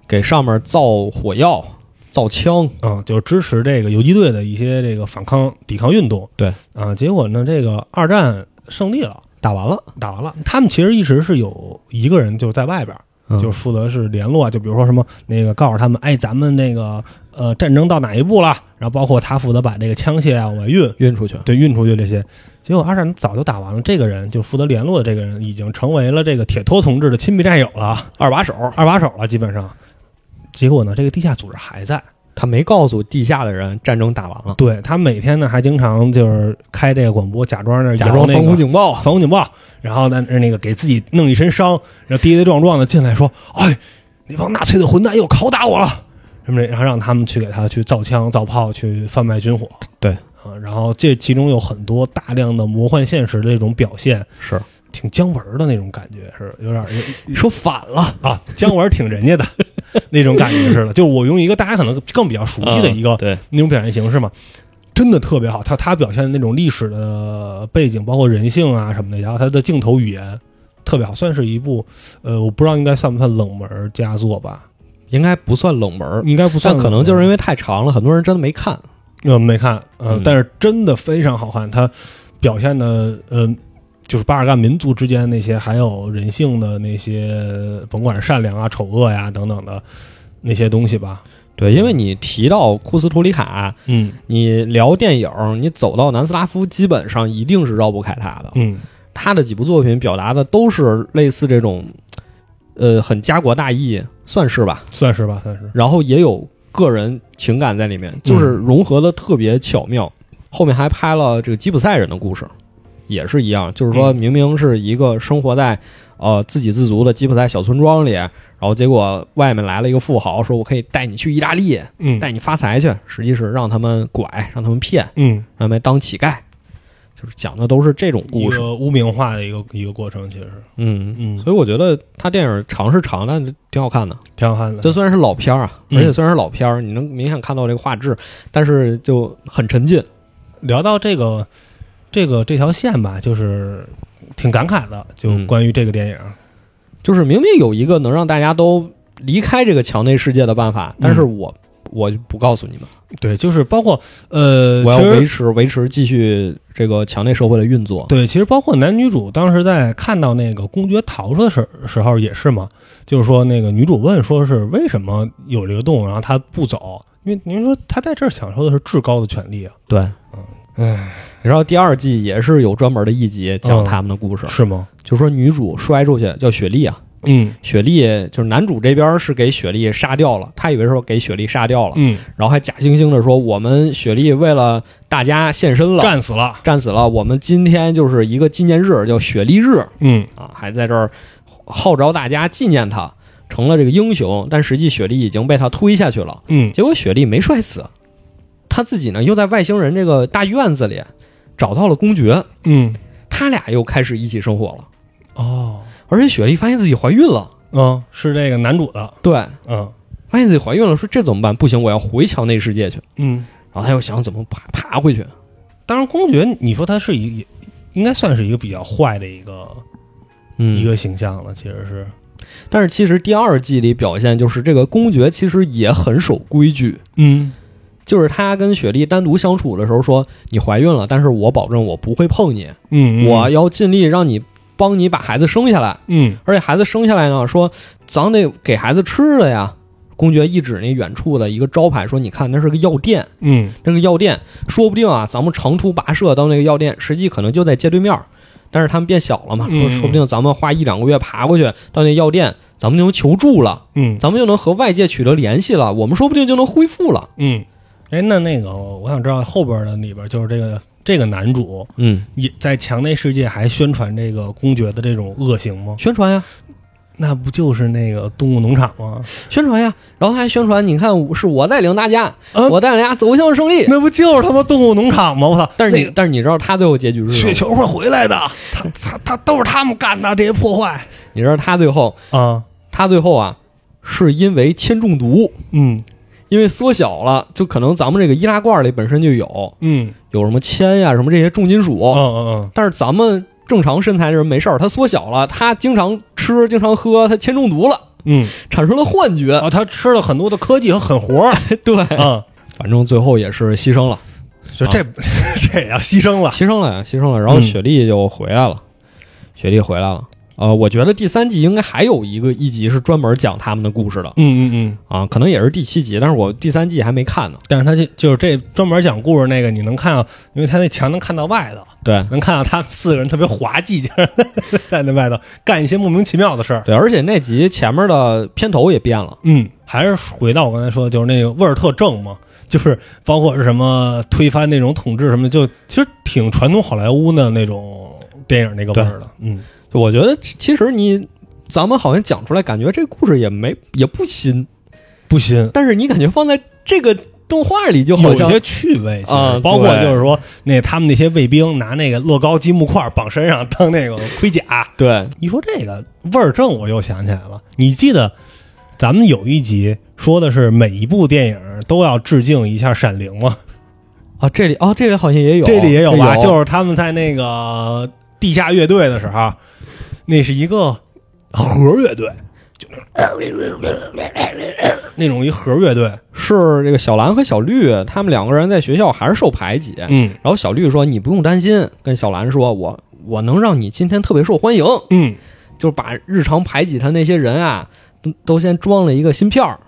Speaker 1: 给上面造火药、造枪，
Speaker 2: 嗯，就是支持这个游击队的一些这个反抗抵抗运动。
Speaker 1: 对
Speaker 2: 啊、结果呢，这个二战胜利了，
Speaker 1: 打完了，
Speaker 2: 打完了，他们其实一直是有一个人就是在外边。
Speaker 1: 嗯
Speaker 2: 就是负责是联络啊，就比如说什么那个告诉他们，哎，咱们那个呃战争到哪一步了，然后包括他负责把这个枪械啊往外运，
Speaker 1: 运出去。
Speaker 2: 对，运出去这些。结果二战早就打完了，这个人就负责联络的这个人已经成为了这个铁托同志的亲密战友了，
Speaker 1: 二把手
Speaker 2: 二把手了，基本上。结果呢，这个地下组织还在，
Speaker 1: 他没告诉地下的人战争打完了，
Speaker 2: 对他每天呢还经常就是开这个广播，假装那
Speaker 1: 假装防
Speaker 2: 那
Speaker 1: 空
Speaker 2: 个
Speaker 1: 警报。
Speaker 2: 防空警报，然后呢那个给自己弄一身伤，然后跌跌撞撞的进来说：“哎，那帮纳粹的混蛋又拷打我了。”什么的，然后让他们去给他去造枪、造炮、去贩卖军火。
Speaker 1: 对
Speaker 2: 啊，然后这其中有很多大量的魔幻现实的这种表现，
Speaker 1: 是
Speaker 2: 挺姜文儿的那种感觉，是有点儿
Speaker 1: 说反了，
Speaker 2: 啊，姜文儿挺人家的那种感觉似的。就是我用一个大家可能更比较熟悉的一个
Speaker 1: 嗯对
Speaker 2: 那种表现形式嘛，真的特别好。他他表现的那种历史的背景，包括人性啊什么的，然后他的镜头语言特别好，算是一部呃，我不知道应该算不算冷门佳作吧，
Speaker 1: 应该不算冷门儿，
Speaker 2: 应该不算
Speaker 1: 但
Speaker 2: 冷门，
Speaker 1: 可能就是因为太长了，很多人真的没看。
Speaker 2: 呃没看，呃、
Speaker 1: 嗯
Speaker 2: 但是真的非常好看，他表现的呃。就是巴尔干民族之间那些，还有人性的那些，甭管是善良啊、丑恶呀、等等的那些东西吧。
Speaker 1: 对，因为你提到库斯图里卡，
Speaker 2: 嗯
Speaker 1: 你聊电影，你走到南斯拉夫，基本上一定是绕不开他的。
Speaker 2: 嗯，
Speaker 1: 他的几部作品表达的都是类似这种，呃，很家国大义，算是吧。
Speaker 2: 算是吧，算是。
Speaker 1: 然后也有个人情感在里面，就是融合的特别巧妙。
Speaker 2: 嗯
Speaker 1: 后面还拍了这个吉普赛人的故事，也是一样，就是说
Speaker 2: 嗯
Speaker 1: 明明是一个生活在呃自给自足的吉普赛小村庄里，然后结果外面来了一个富豪，说我可以带你去意大利，
Speaker 2: 嗯
Speaker 1: 带你发财去，实际是让他们拐，让他们骗，
Speaker 2: 嗯，
Speaker 1: 让他们当乞丐，就是讲的都是这种
Speaker 2: 一
Speaker 1: 故事。
Speaker 2: 个污名化的一个一个过程，其实
Speaker 1: 嗯，
Speaker 2: 嗯，
Speaker 1: 所以我觉得他电影长是长，但挺好看的。
Speaker 2: 挺好看的。
Speaker 1: 这虽然是老片儿啊，
Speaker 2: 嗯
Speaker 1: 而且虽然是老片儿，你能明显看到这个画质，但是就很沉浸。
Speaker 2: 聊到这个这个这条线吧，就是挺感慨的，就
Speaker 1: 嗯
Speaker 2: 关于这个电影。嗯
Speaker 1: 就是明明有一个能让大家都离开这个墙内世界的办法，但是我、我就不告诉你们，
Speaker 2: 对，就是包括呃，
Speaker 1: 我要
Speaker 2: 其实
Speaker 1: 维持维持继续这个墙内社会的运作。
Speaker 2: 对，其实包括男女主当时在看到那个公爵逃出的时时候也是嘛，就是说那个女主问说是为什么有这个洞，然后他不走，因为您说他在这儿享受的是至高的权利啊，
Speaker 1: 对，
Speaker 2: 唉，
Speaker 1: 然后第二季也是有专门的一集
Speaker 2: 嗯
Speaker 1: 讲他们的故事，
Speaker 2: 是吗？
Speaker 1: 就说女主摔出去叫雪莉啊，
Speaker 2: 嗯
Speaker 1: 雪莉就是男主这边是给雪莉杀掉了，他以为是给雪莉杀掉了，
Speaker 2: 嗯，
Speaker 1: 然后还假惺惺的说我们雪莉为了大家献身了，
Speaker 2: 战死了，
Speaker 1: 战死了，我们今天就是一个纪念日，叫雪莉日
Speaker 2: 嗯
Speaker 1: 啊，还在这儿号召大家纪念他，成了这个英雄，但实际雪莉已经被他推下去了。
Speaker 2: 嗯
Speaker 1: 结果雪莉没摔死，她自己呢又在外星人这个大院子里找到了公爵，
Speaker 2: 嗯，
Speaker 1: 他俩又开始一起生活了。
Speaker 2: 哦，
Speaker 1: 而且雪莉发现自己怀孕了，
Speaker 2: 嗯，是这个男主的，
Speaker 1: 对，
Speaker 2: 嗯
Speaker 1: 发现自己怀孕了，说这怎么办？不行，我要回墙内世界去。
Speaker 2: 嗯，
Speaker 1: 然后他又想怎么爬爬回去，
Speaker 2: 当然公爵，你说他是一也应该算是一个比较坏的一个、一
Speaker 1: 嗯，
Speaker 2: 个形象了，其实是，
Speaker 1: 但是其实第二季里表现就是这个公爵其实也很守规矩，
Speaker 2: 嗯
Speaker 1: 就是他跟雪莉单独相处的时候说：“你怀孕了，但是我保证我不会碰你，
Speaker 2: 嗯，
Speaker 1: 我要尽力让你帮你把孩子生下来。
Speaker 2: 嗯
Speaker 1: 而且孩子生下来呢，说咱得给孩子吃的呀。”公爵一指那远处的一个招牌，说：“你看，那是个药店，
Speaker 2: 嗯
Speaker 1: 那个药店，说不定啊，咱们长途跋涉到那个药店，实际可能就在街对面儿。但是他们变小了嘛，
Speaker 2: 嗯
Speaker 1: 说说不定咱们花一两个月爬过去到那药店，咱们就能求助了，
Speaker 2: 嗯
Speaker 1: 咱们就能和外界取得联系了，我们说不定就能恢复了。
Speaker 2: 嗯，哎，那那个，我想知道后边的里边就是这个这个男主
Speaker 1: 嗯，
Speaker 2: 也在墙内世界还宣传这个公爵的这种恶行吗？
Speaker 1: 宣传呀，
Speaker 2: 那不就是那个动物农场吗？
Speaker 1: 宣传呀，然后他还宣传，你看是我带领大家，
Speaker 2: 啊
Speaker 1: 我带领大家走向胜利。
Speaker 2: 那不就是他妈动物农场吗？我操！
Speaker 1: 但是你，嗯
Speaker 2: 那个
Speaker 1: 但是你知道他最后结局是什么
Speaker 2: 雪
Speaker 1: 吗？
Speaker 2: 球会回来的，他他他都是他们干的这些破坏
Speaker 1: 你知道他最后，
Speaker 2: 啊！
Speaker 1: 他最后啊，是因为铅中毒，
Speaker 2: 嗯
Speaker 1: 因为缩小了，就可能咱们这个易拉罐里本身就有
Speaker 2: 嗯
Speaker 1: 有什么铅呀、什么这些重金属，
Speaker 2: 嗯嗯
Speaker 1: 但是咱们正常身材的人没事儿，他缩小了，他经常吃、经常喝，他铅中毒了，
Speaker 2: 嗯，
Speaker 1: 产生了幻觉。
Speaker 2: 啊，他吃了很多的科技和狠活 儿
Speaker 1: 对，
Speaker 2: 啊，
Speaker 1: 反正最后也是牺牲了，
Speaker 2: 就这 这也要牺牲了。
Speaker 1: 牺牲了呀，牺牲了。然后
Speaker 2: 嗯
Speaker 1: 雪莉就回来了，雪莉回来了。呃，我觉得第三季应该还有一个一集是专门讲他们的故事的
Speaker 2: 嗯嗯嗯，
Speaker 1: 啊，可能也是第七集，但是我第三季还没看呢。
Speaker 2: 但是他就就是这专门讲故事那个，你能看到，因为他那墙能看到外头，
Speaker 1: 对
Speaker 2: 能看到他们四个人特别滑稽，就是 在那外头干一些莫名其妙的事儿。
Speaker 1: 对，而且那集前面的片头也变了，
Speaker 2: 嗯，还是回到我刚才说的，就是那个味儿特正嘛，就是包括是什么推翻那种统治什么的，就其实挺传统好莱坞的那种电影那个味儿的。嗯，
Speaker 1: 我觉得其其实你咱们好像讲出来，感觉这故事也没也不新，
Speaker 2: 不新，
Speaker 1: 但是你感觉放在这个动画里就好
Speaker 2: 有一
Speaker 1: 像
Speaker 2: 些趣味，其实、
Speaker 1: 啊
Speaker 2: 包括
Speaker 1: 对
Speaker 2: 就是说那他们那些卫兵拿那个乐高积木块儿绑身上当那个盔甲。
Speaker 1: 对
Speaker 2: 一说这个味儿正，我又想起来了。你记得咱们有一集说的是每一部电影都要致敬一下《闪灵》吗？
Speaker 1: 啊，这里哦，这里好像也有，
Speaker 2: 这里也有吧？就是是他们在那个地下乐队的时候，那是一个核乐队， 就那种那种一核乐队。
Speaker 1: 是这个小兰和小绿他们两个人在学校还是受排挤，
Speaker 2: 嗯
Speaker 1: 然后小绿说：“你不用担心。”跟小兰说：“我我能让你今天特别受欢迎，
Speaker 2: 嗯
Speaker 1: 就是把日常排挤他那些人啊，都都先装了一个芯片儿，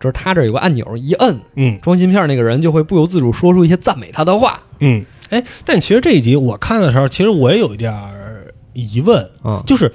Speaker 1: 就是他这儿有个按钮，一摁
Speaker 2: 嗯
Speaker 1: 装芯片儿那个人就会不由自主说出一些赞美他的话
Speaker 2: 嗯。哎，但其实这一集我看的时候，其实我也有一点儿疑问，
Speaker 1: 啊、
Speaker 2: 就是，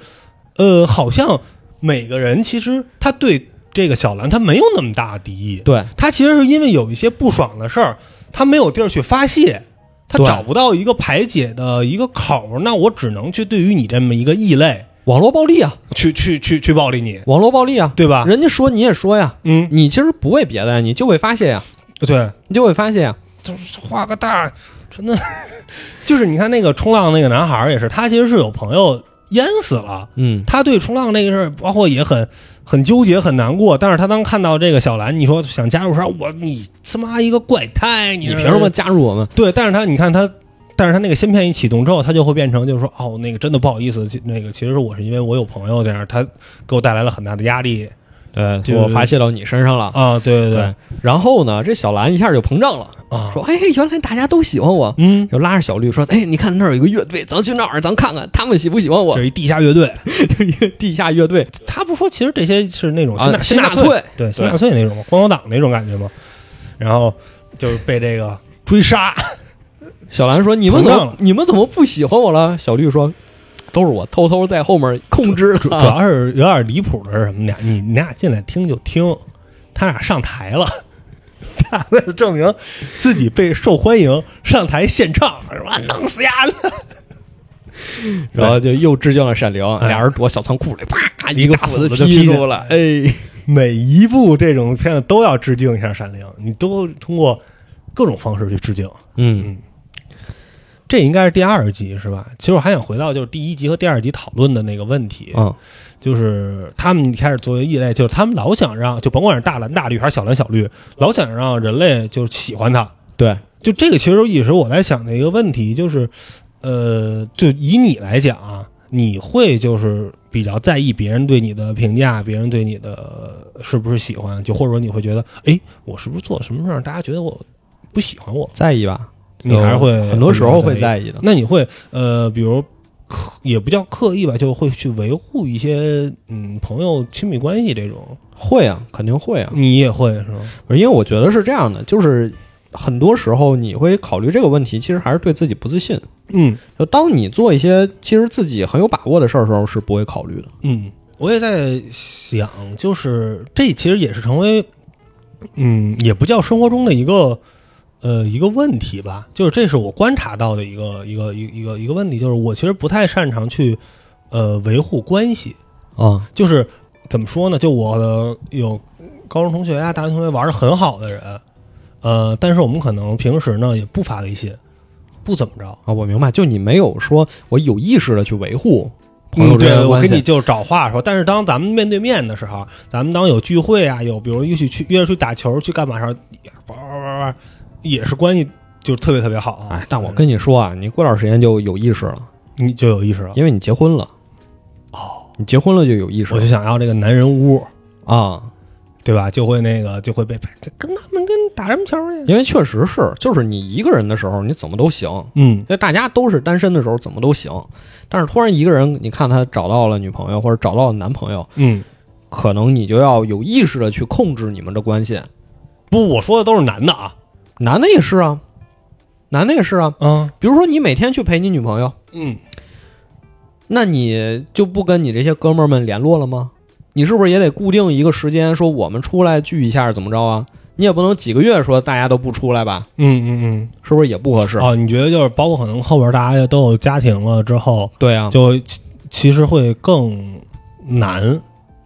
Speaker 2: 呃，好像每个人其实他对这个小兰他没有那么大的敌意，
Speaker 1: 对
Speaker 2: 他其实是因为有一些不爽的事儿，他没有地儿去发泄，他
Speaker 1: 对
Speaker 2: 找不到一个排解的一个口儿，那我只能去对于你这么一个异类
Speaker 1: 网络暴力啊，
Speaker 2: 去去去去暴力你，
Speaker 1: 网络暴力啊，
Speaker 2: 对吧？
Speaker 1: 人家说你也说呀，
Speaker 2: 嗯，
Speaker 1: 你其实不为别的呀，你就会发泄呀，
Speaker 2: 对，
Speaker 1: 你就会发泄呀。
Speaker 2: 就是画个大，真的， 就是你看那个冲浪那个男孩儿也是，他其实是有朋友淹死了。
Speaker 1: 嗯，
Speaker 2: 他对冲浪那个事儿，包括也很很纠结、很难过。但是他当看到这个小兰，你说想加入啥？我你他妈一个怪胎，你
Speaker 1: 你
Speaker 2: 是
Speaker 1: 凭什么？加入我们？
Speaker 2: 对，但是他你看他，但是他那个芯片一启动之后，他就会变成就是说，哦，那个真的不好意思，其那个其实是我是因为我有朋友这样，他给我带来了很大的压力。
Speaker 1: 对
Speaker 2: 就
Speaker 1: 我发泄到你身上了。
Speaker 2: 啊，对对对，
Speaker 1: 然后呢，这小兰一下就膨胀了，
Speaker 2: 啊，
Speaker 1: 说：“哎，原来大家都喜欢我。”
Speaker 2: 嗯，
Speaker 1: 就拉着小绿说：“哎，你看那儿有一个乐队，咱去那儿，咱看看他们喜不喜欢我
Speaker 2: 这。是一地下乐队，”
Speaker 1: 就一个地下乐队
Speaker 2: 他不说，其实这些是那种
Speaker 1: 啊
Speaker 2: 新纳
Speaker 1: 新纳
Speaker 2: 粹，
Speaker 1: 粹
Speaker 2: 对新纳粹那种光头党那种感觉嘛，然后就是被这个追杀，
Speaker 1: 小兰说：“你们怎
Speaker 2: 膨胀
Speaker 1: 么
Speaker 2: 了
Speaker 1: 你们怎么不喜欢我了？”小绿说：“都是我偷偷在后面控制
Speaker 2: 主主
Speaker 1: 的。
Speaker 2: 要是有点离谱的是什么呢？你你俩进来听就听，他俩上台了。 他为了证明自己被受欢迎，上台献唱，说啊弄死丫的，”
Speaker 1: 然后就又致敬了闪灵，
Speaker 2: 哎
Speaker 1: 俩人躲小仓库里，啪一个
Speaker 2: 大
Speaker 1: 斧
Speaker 2: 斧
Speaker 1: 子
Speaker 2: 子就劈
Speaker 1: 劈
Speaker 2: 进
Speaker 1: 住了。哎，
Speaker 2: 每一部这种片子都要致敬一下《闪灵》，你都通过各种方式去致敬。
Speaker 1: 嗯
Speaker 2: 这应该是第二集是吧？其实我还想回到就是第一集和第二集讨论的那个问题，
Speaker 1: 嗯
Speaker 2: 就是他们一开始作为异类，就是他们老想让，就甭管是大蓝大绿还是小蓝小绿，老想让人类就是喜欢他。
Speaker 1: 对，
Speaker 2: 就这个其实也是我在想的一个问题，就是，呃，就以你来讲啊，你会就是比较在意别人对你的评价，别人对你的呃是不是喜欢，就或者说你会觉得，哎，我是不是做了什么事儿，大家觉得我不喜欢我，
Speaker 1: 在意吧，
Speaker 2: 你还是会
Speaker 1: 呃很多时候会
Speaker 2: 在意。
Speaker 1: 在意的。
Speaker 2: 那你会呃，比如刻也不叫刻意吧，就会去维护一些嗯朋友亲密关系这种，
Speaker 1: 会啊，肯定会啊，
Speaker 2: 你也会是吗？
Speaker 1: 因为我觉得是这样的，就是很多时候你会考虑这个问题，其实还是对自己不自信。
Speaker 2: 嗯
Speaker 1: 就当你做一些其实自己很有把握的事儿的时候，是不会考虑的。
Speaker 2: 嗯，我也在想，就是这其实也是成为嗯，也不叫生活中的一个。呃，一个问题吧，就是这是我观察到的一个一个一个一个一个问题，就是我其实不太擅长去，呃，维护关系，
Speaker 1: 啊、
Speaker 2: 就是怎么说呢？就我的有高中同学啊、大学同学玩的很好的人，呃，但是我们可能平时呢也不发微信，不怎么着。
Speaker 1: 啊，我明白，就你没有说我有意识的去维护朋友之间
Speaker 2: 嗯对
Speaker 1: 的
Speaker 2: 我
Speaker 1: 关
Speaker 2: 跟
Speaker 1: 系。
Speaker 2: 你就找话说，但是当咱们面对面的时候，咱们当有聚会啊，有比如一起去约着去打球去干嘛时候，也叭叭叭叭，也是关系就特别特别好、啊。
Speaker 1: 哎，但我跟你说啊，你过段时间就有意识了，
Speaker 2: 你就有意识了，
Speaker 1: 因为你结婚了。哦，你结婚了就有意识
Speaker 2: 我
Speaker 1: 了
Speaker 2: 就想要这个男人屋，
Speaker 1: 啊，
Speaker 2: 对吧？就会那个就会被跟他们跟打什么球去？
Speaker 1: 因为确实是，就是你一个人的时候，你怎么都行。
Speaker 2: 嗯
Speaker 1: 那大家都是单身的时候怎么都行，但是突然一个人，你看他找到了女朋友或者找到了男朋友，
Speaker 2: 嗯，
Speaker 1: 可能你就要有意识的去控制你们的关系。
Speaker 2: 不，我说的都是男的啊。
Speaker 1: 男的也是啊，男的也是啊。
Speaker 2: 嗯
Speaker 1: 比如说你每天去陪你女朋友，
Speaker 2: 嗯，
Speaker 1: 那你就不跟你这些哥们儿们联络了吗？你是不是也得固定一个时间，说我们出来聚一下，怎么着啊？你也不能几个月说大家都不出来吧，
Speaker 2: 嗯嗯
Speaker 1: 是不是也不合适？
Speaker 2: 嗯，哦，你觉得就是包括可能后边大家都有家庭了之后，
Speaker 1: 对啊，嗯
Speaker 2: 就其其实会更难。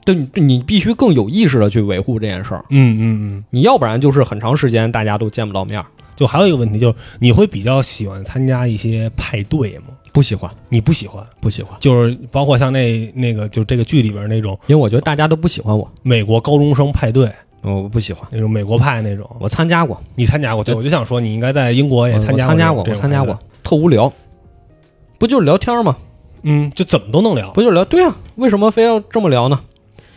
Speaker 1: 对你你必须更有意识的去维护这件事儿，
Speaker 2: 嗯嗯嗯，
Speaker 1: 你要不然就是很长时间大家都见不到面儿，
Speaker 2: 就还有一个问题就是，你会比较喜欢参加一些派对吗？
Speaker 1: 不喜欢，
Speaker 2: 你不喜欢，
Speaker 1: 不喜欢，
Speaker 2: 就是包括像那那个就这个剧里边那种
Speaker 1: 因为我觉得大家都不喜欢我，
Speaker 2: 美国高中生派对，
Speaker 1: 我不喜欢。
Speaker 2: 那种美国派那种，
Speaker 1: 我参加过，
Speaker 2: 你参加过？对，
Speaker 1: 对
Speaker 2: 我就想说，你应该在英国也
Speaker 1: 我
Speaker 2: 参加
Speaker 1: 我参加
Speaker 2: 过
Speaker 1: 过，
Speaker 2: 这
Speaker 1: 我
Speaker 2: 种
Speaker 1: 参加
Speaker 2: 派对
Speaker 1: 过。，特无聊，不就是聊天儿吗？
Speaker 2: 嗯，就怎么都能聊。
Speaker 1: 不就是聊？对啊，为什么非要这么聊呢？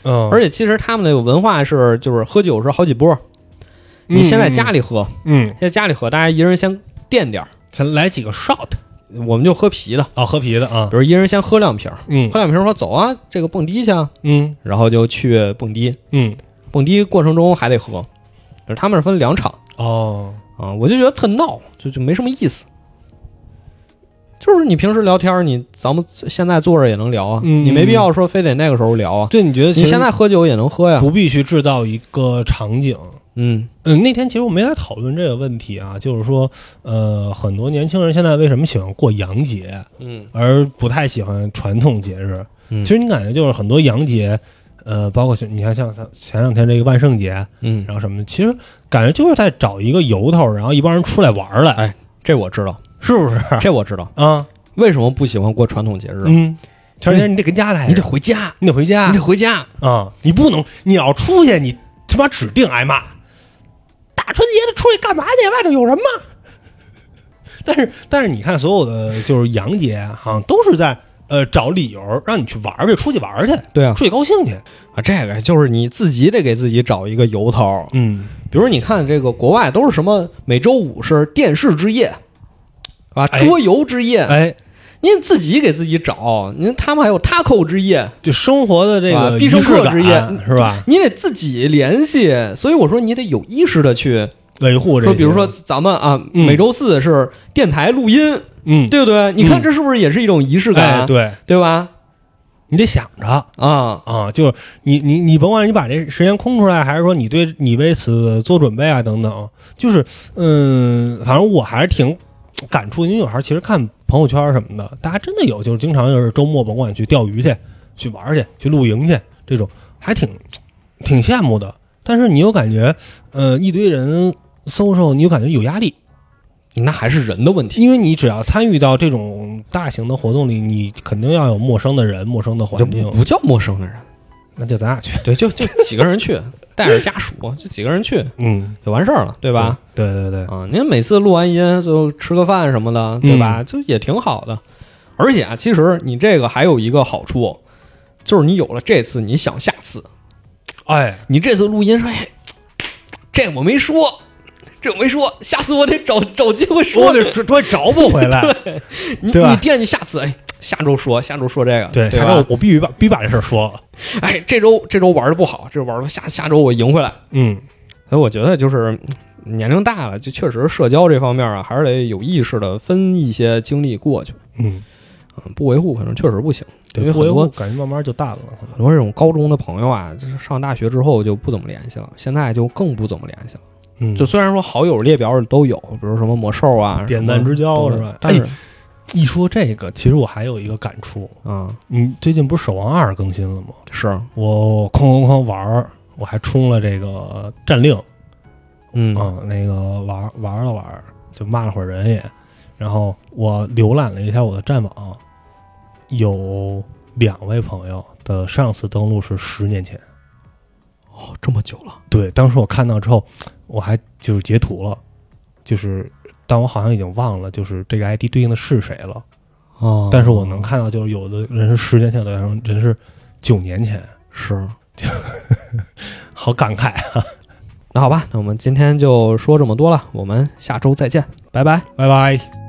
Speaker 2: 嗯，
Speaker 1: 而且其实他们的文化是，就是喝酒是好几波。
Speaker 2: 嗯
Speaker 1: 你先在家
Speaker 2: 里，
Speaker 1: 里喝，
Speaker 2: 嗯，
Speaker 1: 在家里喝，大家一人先垫点儿，
Speaker 2: 咱嗯来几个 shot
Speaker 1: 我们就喝啤的，
Speaker 2: 啊，喝啤的啊
Speaker 1: 比，如一人先喝两瓶儿，
Speaker 2: 嗯
Speaker 1: 喝两瓶儿说走啊，这个蹦迪去，啊，
Speaker 2: 嗯
Speaker 1: 然后就去蹦迪。
Speaker 2: 嗯，
Speaker 1: 蹦迪过程中还得喝，就是他们是分两场
Speaker 2: 哦，
Speaker 1: 啊，我就觉得特闹，就就没什么意思。就是你平时聊天儿，你咱们现在坐着也能聊啊，
Speaker 2: 嗯
Speaker 1: 你没必要说非得那个时候聊啊。
Speaker 2: 这你觉得其
Speaker 1: 你
Speaker 2: 实
Speaker 1: 现在喝酒也能喝呀，
Speaker 2: 不必去制造一个场景？
Speaker 1: 嗯
Speaker 2: 嗯，那天其实我没来讨论这个问题啊，就是说，呃，很多年轻人现在为什么喜欢过洋节，
Speaker 1: 嗯
Speaker 2: 而不太喜欢传统节日？
Speaker 1: 嗯
Speaker 2: 其实你感觉就是很多洋节，呃，包括是你看像像前两天这个万圣节，
Speaker 1: 嗯，
Speaker 2: 然后什么的，其实感觉就是在找一个由头，然后一帮人出来玩儿来，
Speaker 1: 这我知 道，
Speaker 2: 是不是
Speaker 1: 这我知道。
Speaker 2: 啊？
Speaker 1: 为什么不喜欢过传统节日？
Speaker 2: 嗯，前两天你得跟家待着，
Speaker 1: 你得回家，
Speaker 2: 你得回家，
Speaker 1: 你得回家。
Speaker 2: 啊、你不能，你要出去，你他妈指定挨骂。大春节的出去干嘛去？外头有人吗？但是，但是你看，所有的就是洋节啊，好像都是在呃找理由让你去玩儿去，出去玩儿去，
Speaker 1: 对啊，
Speaker 2: 出去高兴去。
Speaker 1: 啊，这个就是你自己得给自己找一个由头。
Speaker 2: 嗯，
Speaker 1: 比如你看这个国外都是什么，每周五是电视之夜，啊，
Speaker 2: 哎
Speaker 1: 桌游之夜，
Speaker 2: 哎，
Speaker 1: 您自己给自己找。您他们还有 taco 之夜，
Speaker 2: 就生活的这
Speaker 1: 啊
Speaker 2: 个
Speaker 1: 必胜
Speaker 2: 仪式
Speaker 1: 客
Speaker 2: 感
Speaker 1: 之夜
Speaker 2: 是吧？
Speaker 1: 你得自己联系。所以我说你得有意识的去
Speaker 2: 维护这
Speaker 1: 说，
Speaker 2: 些，
Speaker 1: 比如说咱们啊，
Speaker 2: 嗯
Speaker 1: 每周四是电台录音，
Speaker 2: 嗯，
Speaker 1: 对不对？你看这是不是也是一种仪式感？啊
Speaker 2: 哎，对
Speaker 1: 对吧？
Speaker 2: 你得想着。
Speaker 1: 啊，
Speaker 2: 啊，就是你你你甭管你把这时间空出来，还是说你对你为此做准备啊等等，就是嗯，反正我还是挺感触，因为有时候其实看朋友圈什么的，大家真的有就是经常就是周末甭管去钓鱼去、去玩去、去露营去这种，还挺挺羡慕的。但是你又感觉，呃，一堆人 social，你又感觉有压力，
Speaker 1: 那还是人的问题，
Speaker 2: 因为你只要参与到这种大型的活动里，你肯定要有陌生的人、陌生的
Speaker 1: 就
Speaker 2: 环境
Speaker 1: 不，不叫陌生人。
Speaker 2: 那就咱俩去，
Speaker 1: 对，就就几个人去，带着家属，就几个人去
Speaker 2: 嗯，
Speaker 1: 就完事儿了，对吧？
Speaker 2: 对？对对对。
Speaker 1: 啊，您每次录完音就吃个饭什么的，对吧？就也挺好的。而且啊，其实你这个还有一个好处，就是你有了这次，你想下次，
Speaker 2: 哎，
Speaker 1: 你这次录音说，哎，这我没说，这我没说，下次我得找找机会说
Speaker 2: 我。得这这找不回来，
Speaker 1: 你
Speaker 2: 对吧
Speaker 1: 你惦记下次，哎，下周说，下周说这个，
Speaker 2: 对，
Speaker 1: 对
Speaker 2: 下
Speaker 1: 吧
Speaker 2: 周？我必须把必须把这事儿说了。
Speaker 1: 哎，这周这周玩的不好，这周玩的下下周我赢回来。
Speaker 2: 嗯，
Speaker 1: 所以我觉得就是嗯年龄大了，就确实社交这方面啊，还是得有意识的分一些精力过去。
Speaker 2: 嗯，
Speaker 1: 嗯，不维护可能确实不行，因
Speaker 2: 对，
Speaker 1: 为很
Speaker 2: 回
Speaker 1: 多
Speaker 2: 我感觉慢慢就淡了。可能
Speaker 1: 很多这种高中的朋友啊，就是上大学之后就不怎么联系了，现在就更不怎么联系了。
Speaker 2: 嗯，
Speaker 1: 就虽然说好友列表里都有，比如什么魔兽啊、
Speaker 2: 点赞之交
Speaker 1: 什
Speaker 2: 是
Speaker 1: 么
Speaker 2: 吧？哎
Speaker 1: 但是
Speaker 2: 一说这个，其实我还有一个感触。
Speaker 1: 啊、
Speaker 2: 嗯，最近不是《守望二》更新了吗？
Speaker 1: 是，
Speaker 2: 我哐哐哐玩儿，我还充了这个战令
Speaker 1: 嗯
Speaker 2: 啊、那个玩儿玩儿了玩儿，就骂了会儿人也。然后我浏览了一下我的战网，有两位朋友的上次登录是十年前。
Speaker 1: 哦，这么久了，
Speaker 2: 对，当时我看到之后，我还就是截图了，就是，但我好像已经忘了，就是这个 ID 对应的是谁了。
Speaker 1: 哦，
Speaker 2: 但是我能看到，就是有的人是十年前，有的人人是九年前，
Speaker 1: 是。
Speaker 2: 好感慨啊！
Speaker 1: 那好吧，那我们今天就说这么多了，我们下周再见，拜拜。
Speaker 2: 拜拜。